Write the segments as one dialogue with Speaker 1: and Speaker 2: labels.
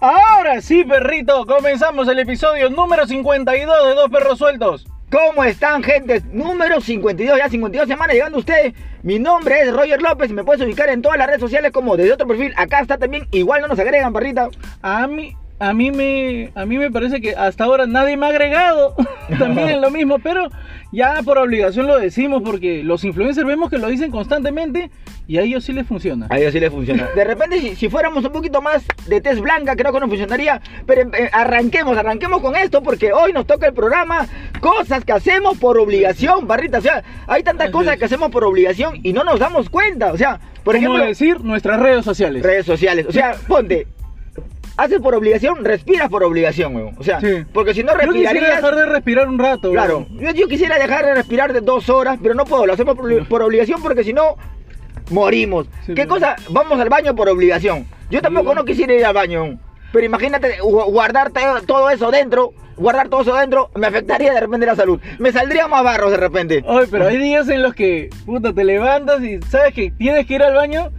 Speaker 1: Ahora sí, perrito, comenzamos el episodio número 52 de Dos Perros Sueltos.
Speaker 2: ¿Cómo están, gente? Número 52, ya 52 semanas llegando a ustedes. Mi nombre es Roger López. Me puedes ubicar en todas las redes sociales como desde otro perfil. Acá está también. Igual no nos agregan, perrita.
Speaker 1: A mí, a mí me, a mí me parece que hasta ahora nadie me ha agregado. También es lo mismo, pero ya por obligación lo decimos porque los influencers vemos que lo dicen constantemente y a ellos sí les funciona.
Speaker 2: A ellos sí les funciona. De repente, si, si fuéramos un poquito más de tez blanca, creo que no funcionaría. Pero eh, arranquemos, arranquemos con esto porque hoy nos toca el programa Cosas que hacemos por obligación, barrita. O sea, hay tantas
Speaker 1: Así
Speaker 2: cosas
Speaker 1: es.
Speaker 2: que hacemos por obligación y no nos damos cuenta. O sea, por
Speaker 1: Por ejemplo,
Speaker 2: ejemplo,
Speaker 1: decir nuestras redes sociales.
Speaker 2: redes sociales. O sea, ponte. Haces por obligación, respiras por obligación, weón. O sea,
Speaker 1: Sí.
Speaker 2: porque si no
Speaker 1: Yo quisiera
Speaker 2: respirarías.
Speaker 1: dejar de respirar un rato.
Speaker 2: Claro, yo, yo quisiera dejar de respirar de dos horas, pero no puedo, lo hacemos por, por obligación porque si no, morimos.
Speaker 1: Sí,
Speaker 2: ¿Qué
Speaker 1: pero-
Speaker 2: cosa? Vamos al baño por obligación. Yo tampoco no quisiera ir al baño, pero imagínate gu- guardar te- todo eso dentro, guardar todo eso dentro, me afectaría de repente la salud. Me saldría más barros de repente.
Speaker 1: Ay, pero hay días en los que, puta, te levantas y sabes que tienes que ir al baño,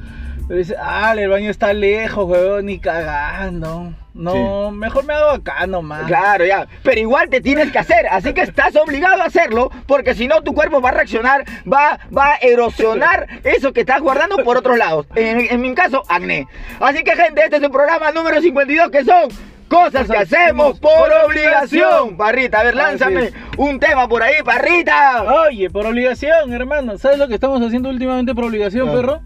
Speaker 1: pero dices, ah, el baño está lejos, weón, ni cagando. No, mejor me hago acá nomás.
Speaker 2: Claro, ya. Pero igual te tienes que hacer, así que estás obligado a hacerlo, porque si no tu cuerpo va a reaccionar, va, va a erosionar eso que estás guardando por otros lados. En, en mi caso, acné. Así que gente, este es el programa número 52 que son cosas que hacemos por obligación. Parrita, a ver, lánzame
Speaker 1: Así es. Ah,
Speaker 2: un tema por ahí, parrita.
Speaker 1: Oye, por obligación, hermano. ¿Sabes lo que estamos haciendo últimamente por obligación,
Speaker 2: Ah.
Speaker 1: perro?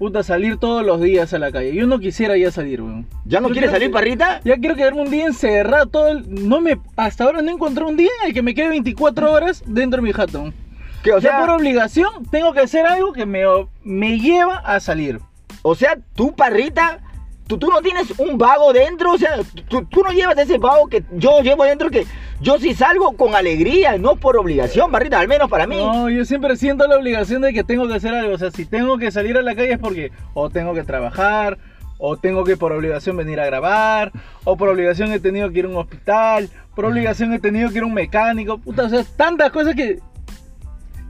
Speaker 1: Puta, salir todos los días a la calle. Yo no quisiera ya salir, weón.
Speaker 2: ¿Ya no
Speaker 1: Yo
Speaker 2: quieres
Speaker 1: quiero
Speaker 2: salir,
Speaker 1: que-
Speaker 2: parrita?
Speaker 1: Ya quiero quedarme un día encerrado todo el- No me... Hasta ahora no encontré un día en el que me quede 24 horas dentro de mi jato.
Speaker 2: Que, o,
Speaker 1: O sea, por
Speaker 2: sea,
Speaker 1: obligación tengo que hacer algo que me, me lleva a salir.
Speaker 2: o sea, tú, parrita... Tú, tú no tienes un vago dentro, o sea, tú, tú no llevas ese vago que yo llevo dentro que yo sí salgo con alegría, no por obligación, Barrita, al menos para mí.
Speaker 1: No, yo siempre siento la obligación de que tengo que hacer algo. O sea, si tengo que salir a la calle es porque o tengo que trabajar, o tengo que por obligación venir a grabar, o por obligación he tenido que ir a un hospital, por obligación he tenido que ir a un mecánico. Puta, o sea, tantas cosas que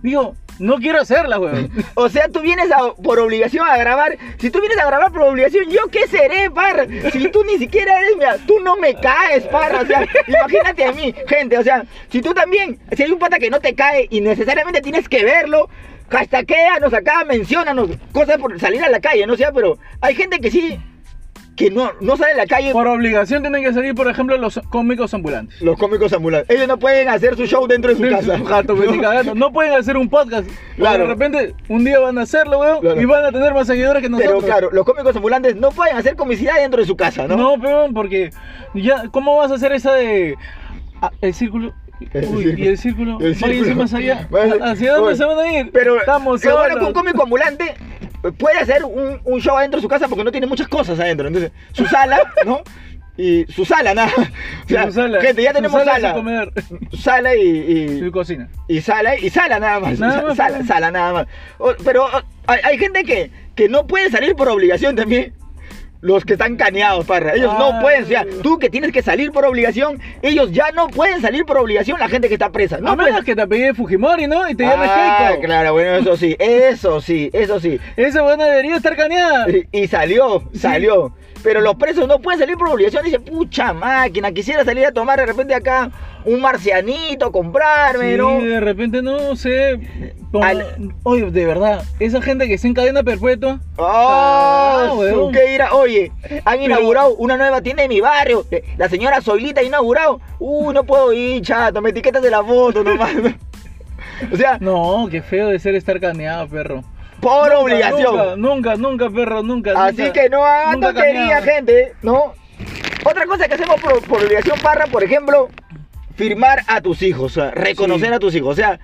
Speaker 1: digo, no quiero hacerlas, weón.
Speaker 2: O sea, tú vienes a- por obligación a grabar. Si tú vienes a grabar por obligación, ¿yo qué seré, par? Si tú ni siquiera eres, mira, tú no me caes, par. O sea, imagínate a mí, gente. O sea, si tú también, si hay un pata que no te cae y necesariamente tienes que verlo, hashtaguéanos acá, menciónanos cosas por salir a la calle, no o sea, pero hay gente que sí, que no, no sale a la calle.
Speaker 1: Por obligación tienen que salir, por ejemplo, los cómicos ambulantes.
Speaker 2: Los cómicos ambulantes. Ellos no pueden hacer su show dentro de su casa.
Speaker 1: Jato, pues, ni cagando. no pueden hacer un podcast.
Speaker 2: Claro.
Speaker 1: Claro. De repente, un día van a hacerlo, weón,
Speaker 2: Claro.
Speaker 1: y van a tener más seguidores que nosotros.
Speaker 2: Pero claro, los cómicos ambulantes no pueden hacer comicidad dentro de su casa, ¿no?
Speaker 1: No, peón, porque ya, ¿cómo vas a hacer esa de ah, el círculo?
Speaker 2: El
Speaker 1: Uy,
Speaker 2: círculo.
Speaker 1: y el círculo.
Speaker 2: El círculo.
Speaker 1: Váyanse más allá.
Speaker 2: Váyanse-
Speaker 1: ¿Hacia dónde
Speaker 2: Oye,
Speaker 1: se van a ir?
Speaker 2: Pero
Speaker 1: estamos
Speaker 2: lo bueno
Speaker 1: solos.
Speaker 2: que un cómico ambulante puede hacer un, un show adentro de su casa porque no tiene muchas cosas adentro. Entonces, su sala, ¿no? Y su sala, nada. O sea,
Speaker 1: Su sala,
Speaker 2: gente, ya
Speaker 1: su
Speaker 2: tenemos
Speaker 1: sala y su
Speaker 2: sala.
Speaker 1: comer.
Speaker 2: Sala y, y-
Speaker 1: Su cocina.
Speaker 2: y sala y sala nada más.
Speaker 1: Nada
Speaker 2: Sa-
Speaker 1: más, pues.
Speaker 2: sala,
Speaker 1: nada más.
Speaker 2: sala nada más. O- pero o, hay, hay gente que, que no puede salir por obligación también. Los que están caneados, parra. Ellos no
Speaker 1: Ah.
Speaker 2: pueden, o sea, tú que tienes que salir por obligación, ellos ya no pueden salir por obligación la gente que está presa.
Speaker 1: a
Speaker 2: No
Speaker 1: menos
Speaker 2: pueden.
Speaker 1: que te apellides Fujimori, ¿no? Y te llames
Speaker 2: Ah,
Speaker 1: Keiko.
Speaker 2: claro, bueno, eso sí, eso sí, eso sí.
Speaker 1: Esa buena debería estar caneada.
Speaker 2: Y, y salió, salió. Pero los presos no pueden salir por obligación. Dice, pucha máquina, quisiera salir a tomar de repente acá un marcianito, comprarme, ¿no?
Speaker 1: Sí, de repente no sé. como-
Speaker 2: Al-
Speaker 1: Oye, de verdad, esa gente que está en cadena perpetua.
Speaker 2: ¡Ah,
Speaker 1: Ah,
Speaker 2: su
Speaker 1: weón.
Speaker 2: qué ira! Oye, han
Speaker 1: Pero-
Speaker 2: inaugurado una nueva tienda en mi barrio. Eh, La señora Zoilita ha inaugurado. Uh, no puedo ir, chato, me etiquetas de la foto nomás. o sea,
Speaker 1: No, qué feo de ser estar caneado, perro.
Speaker 2: por
Speaker 1: Nunca,
Speaker 2: obligación.
Speaker 1: Nunca, nunca, nunca, perro, nunca.
Speaker 2: Así
Speaker 1: nunca-
Speaker 2: que no hagan
Speaker 1: nunca
Speaker 2: tontería,
Speaker 1: caneado.
Speaker 2: gente, ¿no? Otra cosa que hacemos por, por obligación parra, por ejemplo, firmar a tus hijos, o sea, reconocer
Speaker 1: Sí.
Speaker 2: a tus hijos, o sea,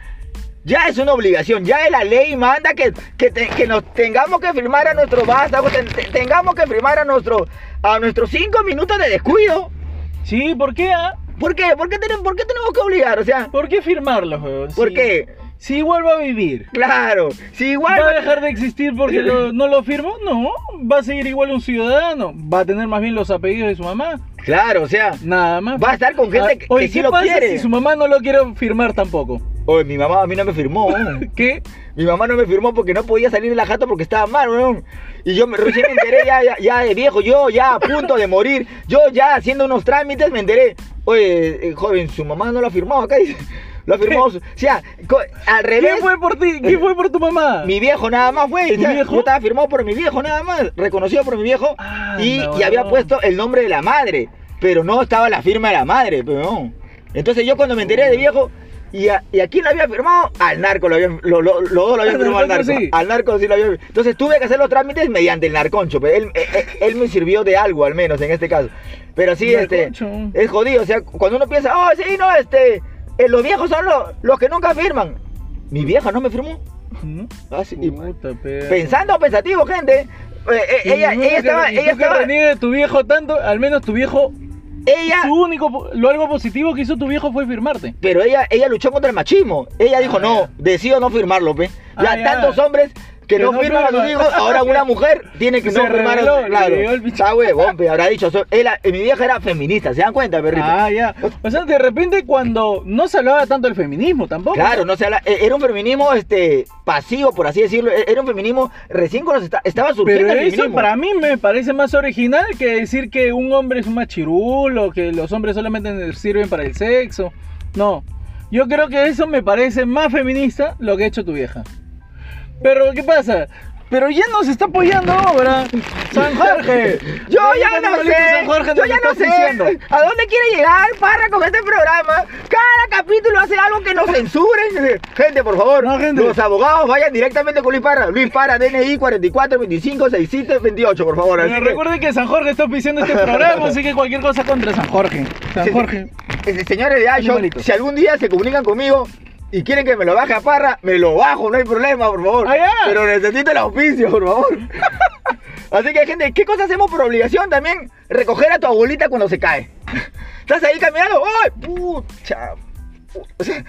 Speaker 2: ya es una obligación, ya la ley manda que, que, te- que nos tengamos que firmar a nuestros vástagos, ten- te- tengamos que firmar a nuestro a nuestros cinco minutos de descuido.
Speaker 1: Sí, ¿por qué? ah?
Speaker 2: ¿Por qué? ¿Por qué, tenem- por qué tenemos que obligar? O sea,
Speaker 1: ¿Por qué firmarlo, weón?
Speaker 2: ¿por
Speaker 1: Si-
Speaker 2: qué?
Speaker 1: Si vuelvo a vivir,
Speaker 2: Claro, si igual
Speaker 1: ¿va a dejar de existir porque lo- no lo firmo? No, va a seguir igual un ciudadano. Va a tener más bien los apellidos de su mamá.
Speaker 2: claro, o sea,
Speaker 1: Nada más.
Speaker 2: va a estar con gente
Speaker 1: Ah,
Speaker 2: que,
Speaker 1: oye,
Speaker 2: que sí
Speaker 1: ¿qué
Speaker 2: lo
Speaker 1: pasa
Speaker 2: quiere.
Speaker 1: si su mamá no lo quiere firmar tampoco?
Speaker 2: Oye, mi mamá a mí no me firmó. weón.
Speaker 1: ¿Qué?
Speaker 2: Mi mamá no me firmó porque no podía salir de la jato porque estaba mal, weón. Y yo me, recién me enteré ya, ya, ya de viejo, yo ya a punto de morir, yo ya haciendo unos trámites me enteré. Oye, eh, joven, su mamá no lo ha firmado acá, dice. Lo ha firmado. su- O sea, co- al
Speaker 1: ¿Quién
Speaker 2: revés.
Speaker 1: fue por ti? ¿Quién fue por tu mamá?
Speaker 2: Mi viejo nada más, güey.
Speaker 1: ¿Tu
Speaker 2: Ya,
Speaker 1: viejo?
Speaker 2: Yo estaba firmado por mi viejo nada más, reconocido por mi viejo.
Speaker 1: Ah,
Speaker 2: y,
Speaker 1: no,
Speaker 2: y había
Speaker 1: no.
Speaker 2: puesto el nombre de la madre, pero no estaba la firma de la madre, peón. Entonces yo cuando me enteré de viejo, ¿y a, y a quién lo había firmado? Al narco, lo habían- lo- lo- los dos lo habían
Speaker 1: Al
Speaker 2: firmado al narco.
Speaker 1: narco sí.
Speaker 2: Al narco sí lo había firmado. Entonces tuve que hacer los trámites mediante el narconcho, pe. Él, él- él me sirvió de algo, al menos en este caso. Pero sí, este,
Speaker 1: Narconcho.
Speaker 2: es jodido. O sea, cuando uno piensa, oh, sí, no, este, eh, los viejos son los, los que nunca firman. Mi vieja no me firmó.
Speaker 1: ¿No?
Speaker 2: Ah, sí, y-
Speaker 1: Puta, perro.
Speaker 2: pensando pensativo, gente. eh, eh,
Speaker 1: Y
Speaker 2: ella,
Speaker 1: no,
Speaker 2: ella
Speaker 1: que-
Speaker 2: estaba,
Speaker 1: y
Speaker 2: ella
Speaker 1: tú que
Speaker 2: estaba,
Speaker 1: reniegues de tu viejo tanto, al menos tu viejo,
Speaker 2: ella,
Speaker 1: su único, po- lo algo positivo que hizo tu viejo fue firmarte.
Speaker 2: pero ella, ella luchó contra el machismo. Ella dijo,
Speaker 1: Ah,
Speaker 2: no, decido no firmarlo, pe. Ya
Speaker 1: Ah, ya.
Speaker 2: tantos hombres que,
Speaker 1: Que
Speaker 2: no,
Speaker 1: no
Speaker 2: firman a sus
Speaker 1: firman.
Speaker 2: hijos, ahora una mujer tiene que
Speaker 1: Se
Speaker 2: no firmar.
Speaker 1: rebeló, le
Speaker 2: claro,
Speaker 1: llegó el bicho.
Speaker 2: está huevón, pe, habrá dicho, so- él- mi vieja era feminista, ¿se dan cuenta, perrito?
Speaker 1: Ah, ya. O sea, de repente cuando no se hablaba tanto del feminismo tampoco.
Speaker 2: Claro, no se habla, e- era un feminismo este pasivo, por así decirlo, e- era un feminismo recién cuando se esta- estaba surgiendo
Speaker 1: Pero
Speaker 2: el
Speaker 1: eso
Speaker 2: feminismo.
Speaker 1: para mí me parece más original que decir que un hombre es un machirulo, que los hombres solamente sirven para el sexo. No, yo creo que eso me parece más feminista lo que ha hecho tu vieja. Pero ¿qué pasa? Pero ya nos está apoyando ahora. San Jorge.
Speaker 2: Yo ya
Speaker 1: Ahorita
Speaker 2: no
Speaker 1: Manuelito
Speaker 2: sé,
Speaker 1: San Jorge
Speaker 2: yo
Speaker 1: nos
Speaker 2: ya
Speaker 1: está
Speaker 2: no sé
Speaker 1: oficiando.
Speaker 2: a dónde quiere llegar Parra con este programa. Cada capítulo hace algo que nos censuren. Gente, por favor,
Speaker 1: No, gente.
Speaker 2: los abogados vayan directamente con Luis Parra. Luis Parra, DNI 44 25 67 28, por favor.
Speaker 1: Pero
Speaker 2: Así que-
Speaker 1: recuerden que San Jorge está oficiando este programa, así que cualquier cosa contra San Jorge. San
Speaker 2: Sí,
Speaker 1: Jorge.
Speaker 2: sí. Eh, Señores de iShop,
Speaker 1: Animalito.
Speaker 2: si algún día se comunican conmigo y quieren que me lo baje a Parra, me lo bajo, no hay problema, por favor.
Speaker 1: Ah, ya.
Speaker 2: Pero necesito el auspicio, por favor. Así que, gente, ¿qué cosa hacemos por obligación también? Recoger a tu abuelita cuando se cae. ¿Estás ahí caminando? ¡Ay, pucha! O sea,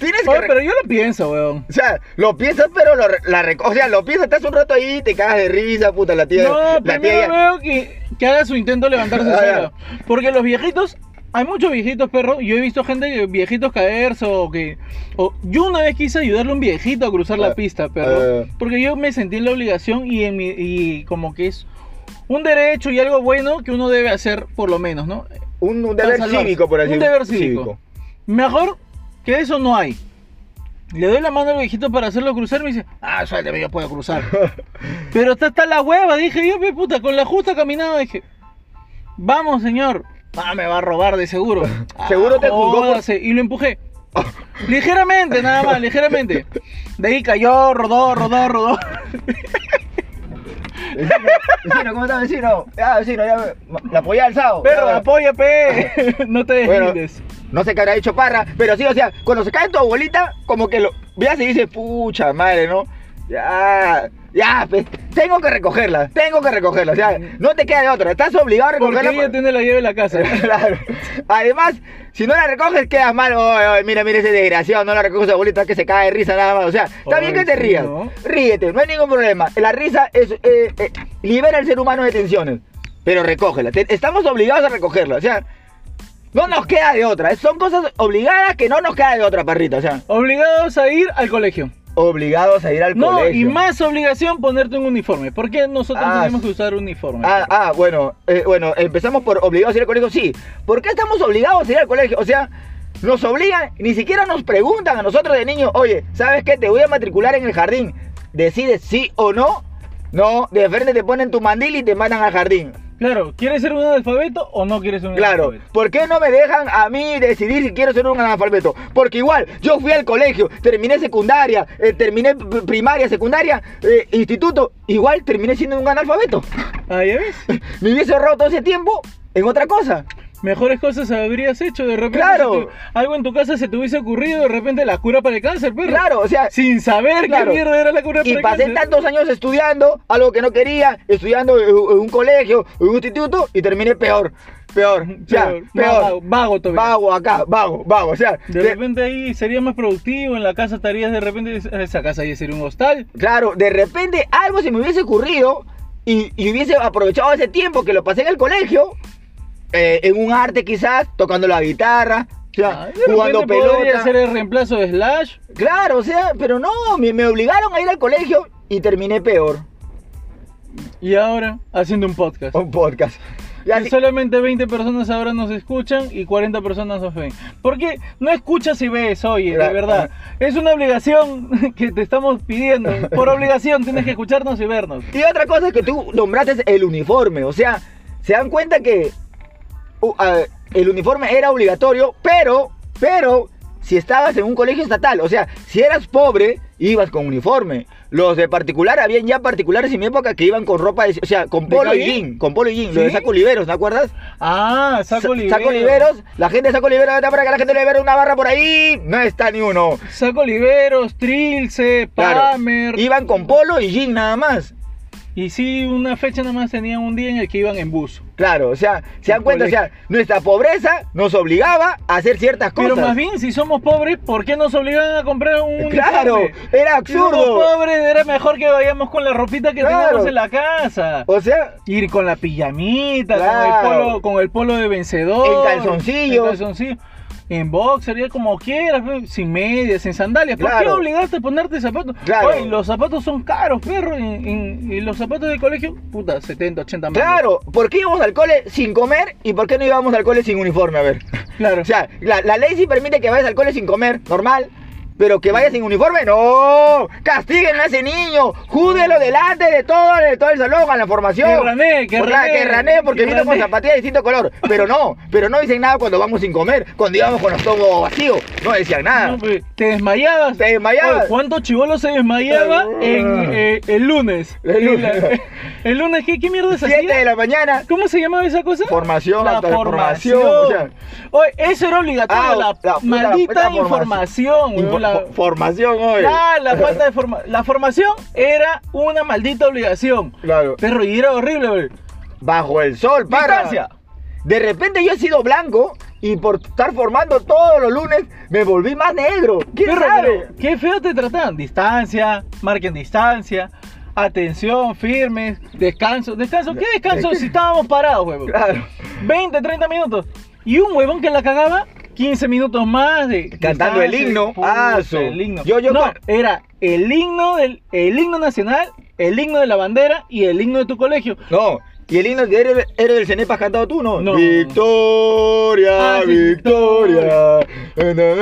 Speaker 2: tienes que...
Speaker 1: Oye,
Speaker 2: re-
Speaker 1: pero yo lo pienso, weón.
Speaker 2: O sea, lo piensas, pero lo, re- la reco- O sea, lo piensas, estás un rato ahí, te cagas de risa, puta, la tía.
Speaker 1: No,
Speaker 2: la tía
Speaker 1: primero
Speaker 2: ya-
Speaker 1: veo que, que haga su intento de levantarse
Speaker 2: Ah,
Speaker 1: solo. Porque los viejitos, hay muchos viejitos, perro. Yo he visto gente que viejitos caerse o que. o- yo una vez quise ayudarle a un viejito a cruzar
Speaker 2: Ah,
Speaker 1: la pista, perro.
Speaker 2: ah.
Speaker 1: Porque yo me sentí en la obligación y, en mi, y como que es un derecho y algo bueno que uno debe hacer, por lo menos, ¿no?
Speaker 2: Un, un
Speaker 1: Para
Speaker 2: deber
Speaker 1: salvarse.
Speaker 2: cívico, por así
Speaker 1: Un deber cívico. Mejor que eso no hay. Le doy la mano al viejito para hacerlo cruzar y me dice, ah, suéltame, yo puedo cruzar. Pero está hasta la hueva, dije yo, pe puta, con la justa caminaba, dije, vamos señor, ah, me va a robar de seguro.
Speaker 2: Seguro te juzgó por-
Speaker 1: jódase. Y lo empujé. Ligeramente, nada más, ligeramente. De ahí cayó, rodó, rodó, rodó.
Speaker 2: Vecino, vecino, ¿cómo está, vecino? Ya, vecino, ya me- la apoyé alzado.
Speaker 1: Perro,
Speaker 2: Ya,
Speaker 1: apoya, pe. No te
Speaker 2: bueno,
Speaker 1: deslindes.
Speaker 2: no sé qué habrá dicho Parra, pero sí, o sea, cuando se cae tu abuelita, como que lo veas y dices, pucha madre, ¿no? Ya, ya, pues, tengo que recogerla, tengo que recogerla, o sea, no te queda de otra, estás obligado a
Speaker 1: Porque
Speaker 2: recogerla.
Speaker 1: Mm. ella
Speaker 2: por-
Speaker 1: tiene la llave de la casa.
Speaker 2: Claro. Además, si no la recoges, quedas mal. Oye, oye, mira, mira ese desgraciado, no la recoges abuelita, que se cae de risa nada más. O sea, está bien que te
Speaker 1: Ay, sí,
Speaker 2: rías.
Speaker 1: ¿no?
Speaker 2: Ríete, no hay ningún problema. La risa es, eh, eh, libera al ser humano de tensiones. Pero recógela. Te- estamos obligados a recogerla. O sea, no nos queda de otra. Son cosas obligadas que no nos queda de otra, parrita. O sea,
Speaker 1: Obligados a ir al colegio.
Speaker 2: obligados a ir al
Speaker 1: No,
Speaker 2: colegio.
Speaker 1: y más obligación ponerte un uniforme. ¿Por qué nosotros
Speaker 2: Ah,
Speaker 1: tenemos que usar uniforme?
Speaker 2: Ah, ah, bueno, eh, bueno, empezamos por obligados a ir al colegio, sí. ¿Por qué estamos obligados a ir al colegio? O sea, nos obligan, ni siquiera nos preguntan a nosotros de niños, oye, ¿sabes qué? Te voy a matricular en el jardín. ¿Decides sí o no? No, de frente te ponen tu mandil y te mandan al jardín.
Speaker 1: Claro, ¿quieres ser un analfabeto o no quieres ser un
Speaker 2: Claro,
Speaker 1: analfabeto?
Speaker 2: ¿por qué no me dejan a mí decidir si quiero ser un analfabeto? Porque igual, yo fui al colegio, terminé secundaria, eh, terminé p- primaria, secundaria, eh, instituto, igual terminé siendo un analfabeto.
Speaker 1: Ah, ¿ya ves?
Speaker 2: Me hubiese ahorrado todo ese tiempo en otra cosa.
Speaker 1: Mejores cosas habrías hecho de repente.
Speaker 2: Claro.
Speaker 1: si te- algo en tu casa se te hubiese ocurrido de repente la cura para el cáncer, perro.
Speaker 2: Claro, o sea,
Speaker 1: Sin saber
Speaker 2: Claro.
Speaker 1: qué mierda era la cura
Speaker 2: y
Speaker 1: para
Speaker 2: pasé
Speaker 1: el cáncer.
Speaker 2: tantos años estudiando algo que no quería, estudiando en en un colegio, en un instituto, y terminé peor, peor, ya,
Speaker 1: Peor, más
Speaker 2: peor,
Speaker 1: Vago, vago todavía.
Speaker 2: vago acá, vago, vago, o sea,
Speaker 1: De
Speaker 2: de-
Speaker 1: repente ahí sería más productivo, en la casa estarías de repente, ah, esa casa ya sería un hostal.
Speaker 2: claro, de repente algo se me hubiese ocurrido y, y hubiese aprovechado ese tiempo que lo pasé en el colegio, eh, en un arte quizás, tocando la guitarra, O sea,
Speaker 1: Ah, de
Speaker 2: jugando
Speaker 1: repente podría
Speaker 2: pelota.
Speaker 1: ser el reemplazo de Slash.
Speaker 2: Claro, o sea, pero no, me, me obligaron a ir al colegio y terminé peor.
Speaker 1: Y ahora, haciendo un podcast.
Speaker 2: Un podcast. Y
Speaker 1: Y
Speaker 2: así-
Speaker 1: solamente 20 personas ahora nos escuchan y 40 personas nos ven. Porque no escuchas y ves, oye, de
Speaker 2: Claro.
Speaker 1: verdad. Es una obligación que te estamos pidiendo. Por obligación tienes que escucharnos y vernos.
Speaker 2: Y otra cosa es que tú nombraste el uniforme, o sea, se dan cuenta que uh, ah, el uniforme era obligatorio, pero, pero, si estabas en un colegio estatal, o sea, si eras pobre, ibas con uniforme. Los de particular, habían ya particulares en mi época que iban con ropa, de- o sea, con
Speaker 1: ¿De
Speaker 2: polo y
Speaker 1: calle?
Speaker 2: jean, con polo y jean, los de
Speaker 1: ¿Sí?
Speaker 2: saco liberos, ¿te acuerdas?
Speaker 1: Ah,
Speaker 2: Sa-
Speaker 1: saco Oliveros.
Speaker 2: Oliveros, la gente de saco liberos, está para que la gente le vea una barra por ahí, no está ni uno.
Speaker 1: Saco Oliveros, Trilce,
Speaker 2: Claro,
Speaker 1: Palmer.
Speaker 2: iban con polo y jean nada más.
Speaker 1: Y sí, una fecha nada más tenían un día en el que iban en bus.
Speaker 2: Claro, o sea, se dan
Speaker 1: El
Speaker 2: cuenta, o sea, nuestra pobreza nos obligaba a hacer ciertas cosas. Eh,
Speaker 1: Pero más bien, si somos pobres, ¿por qué nos obligan a comprar un
Speaker 2: Claro,
Speaker 1: uniforme?
Speaker 2: era
Speaker 1: Si somos
Speaker 2: absurdo.
Speaker 1: pobres, era mejor que vayamos con la ropita que
Speaker 2: Claro.
Speaker 1: teníamos en la casa.
Speaker 2: O sea,
Speaker 1: Ir con la pijamita,
Speaker 2: Claro.
Speaker 1: con, el polo, con el polo de vencedor.
Speaker 2: En calzoncillos.
Speaker 1: En calzoncillos. En boxer, ya como quieras, pe, sin medias, sin sandalias. ¿Por qué
Speaker 2: Claro.
Speaker 1: obligaste a ponerte zapatos?
Speaker 2: Claro.
Speaker 1: Oye, los zapatos son caros, perro. En, en- en los zapatos del colegio, puta, 70, 80 mangos.
Speaker 2: claro, ¿por qué íbamos al cole sin comer y por qué no íbamos al cole sin uniforme? A ver.
Speaker 1: Claro.
Speaker 2: O sea, la, la ley sí permite que vayas al cole sin comer, normal. Pero que vayas sin uniforme, no. Castíguenlo a ese niño. Júdelo delante de todo, de todo el salón, a la formación.
Speaker 1: Que ranee, que
Speaker 2: Por la-
Speaker 1: ranee,
Speaker 2: que ranee, porque
Speaker 1: que
Speaker 2: vino con
Speaker 1: ranee.
Speaker 2: zapatillas de distinto color. Pero no, pero no dicen nada cuando vamos sin comer. Cuando íbamos con los tobos vacíos, no decían nada.
Speaker 1: No, pe, te desmayabas.
Speaker 2: Te desmayabas. Ah.
Speaker 1: Oye, ¿Cuántos chivolos se desmayaba en, eh, el lunes?
Speaker 2: El lunes.
Speaker 1: En la- el lunes, ¿qué, qué mierda es así?
Speaker 2: 7 de la mañana.
Speaker 1: ¿Cómo se llamaba esa cosa?
Speaker 2: Formación,
Speaker 1: La
Speaker 2: hasta la
Speaker 1: formación.
Speaker 2: formación, o sea.
Speaker 1: Oye, eso era obligatorio,
Speaker 2: Ah,
Speaker 1: la,
Speaker 2: la puta-
Speaker 1: maldita
Speaker 2: la puta
Speaker 1: información.
Speaker 2: Info-
Speaker 1: weón, la,
Speaker 2: fo- formación hoy.
Speaker 1: Ah, la falta de forma, la formación era una maldita obligación.
Speaker 2: Claro.
Speaker 1: Perro, y era horrible, güey.
Speaker 2: Bajo el sol, para.
Speaker 1: Distancia.
Speaker 2: De repente yo he sido blanco y por estar formando todos los lunes me volví más negro. ¿Quién
Speaker 1: Perro,
Speaker 2: sabe?
Speaker 1: pero qué feo te trataban. Distancia, marquen distancia, atención, firmes, descanso. ¿Descanso? ¿Qué descanso si estábamos parados, huevón?
Speaker 2: Claro.
Speaker 1: 20, 30 minutos. Y un huevón que la cagaba, 15 minutos más de
Speaker 2: Cantando el
Speaker 1: distancia,
Speaker 2: himno.
Speaker 1: puta,
Speaker 2: Ah, su.
Speaker 1: el himno.
Speaker 2: Yo- yo
Speaker 1: no,
Speaker 2: con-
Speaker 1: era el himno del el himno nacional, el himno de la bandera y el himno de tu colegio.
Speaker 2: No. ¿Y el himno de Héroe- Héroe del Cenepa has cantado tú, no?
Speaker 1: No.
Speaker 2: Victoria,
Speaker 1: Ah, sí,
Speaker 2: victoria. Ni
Speaker 1: Ni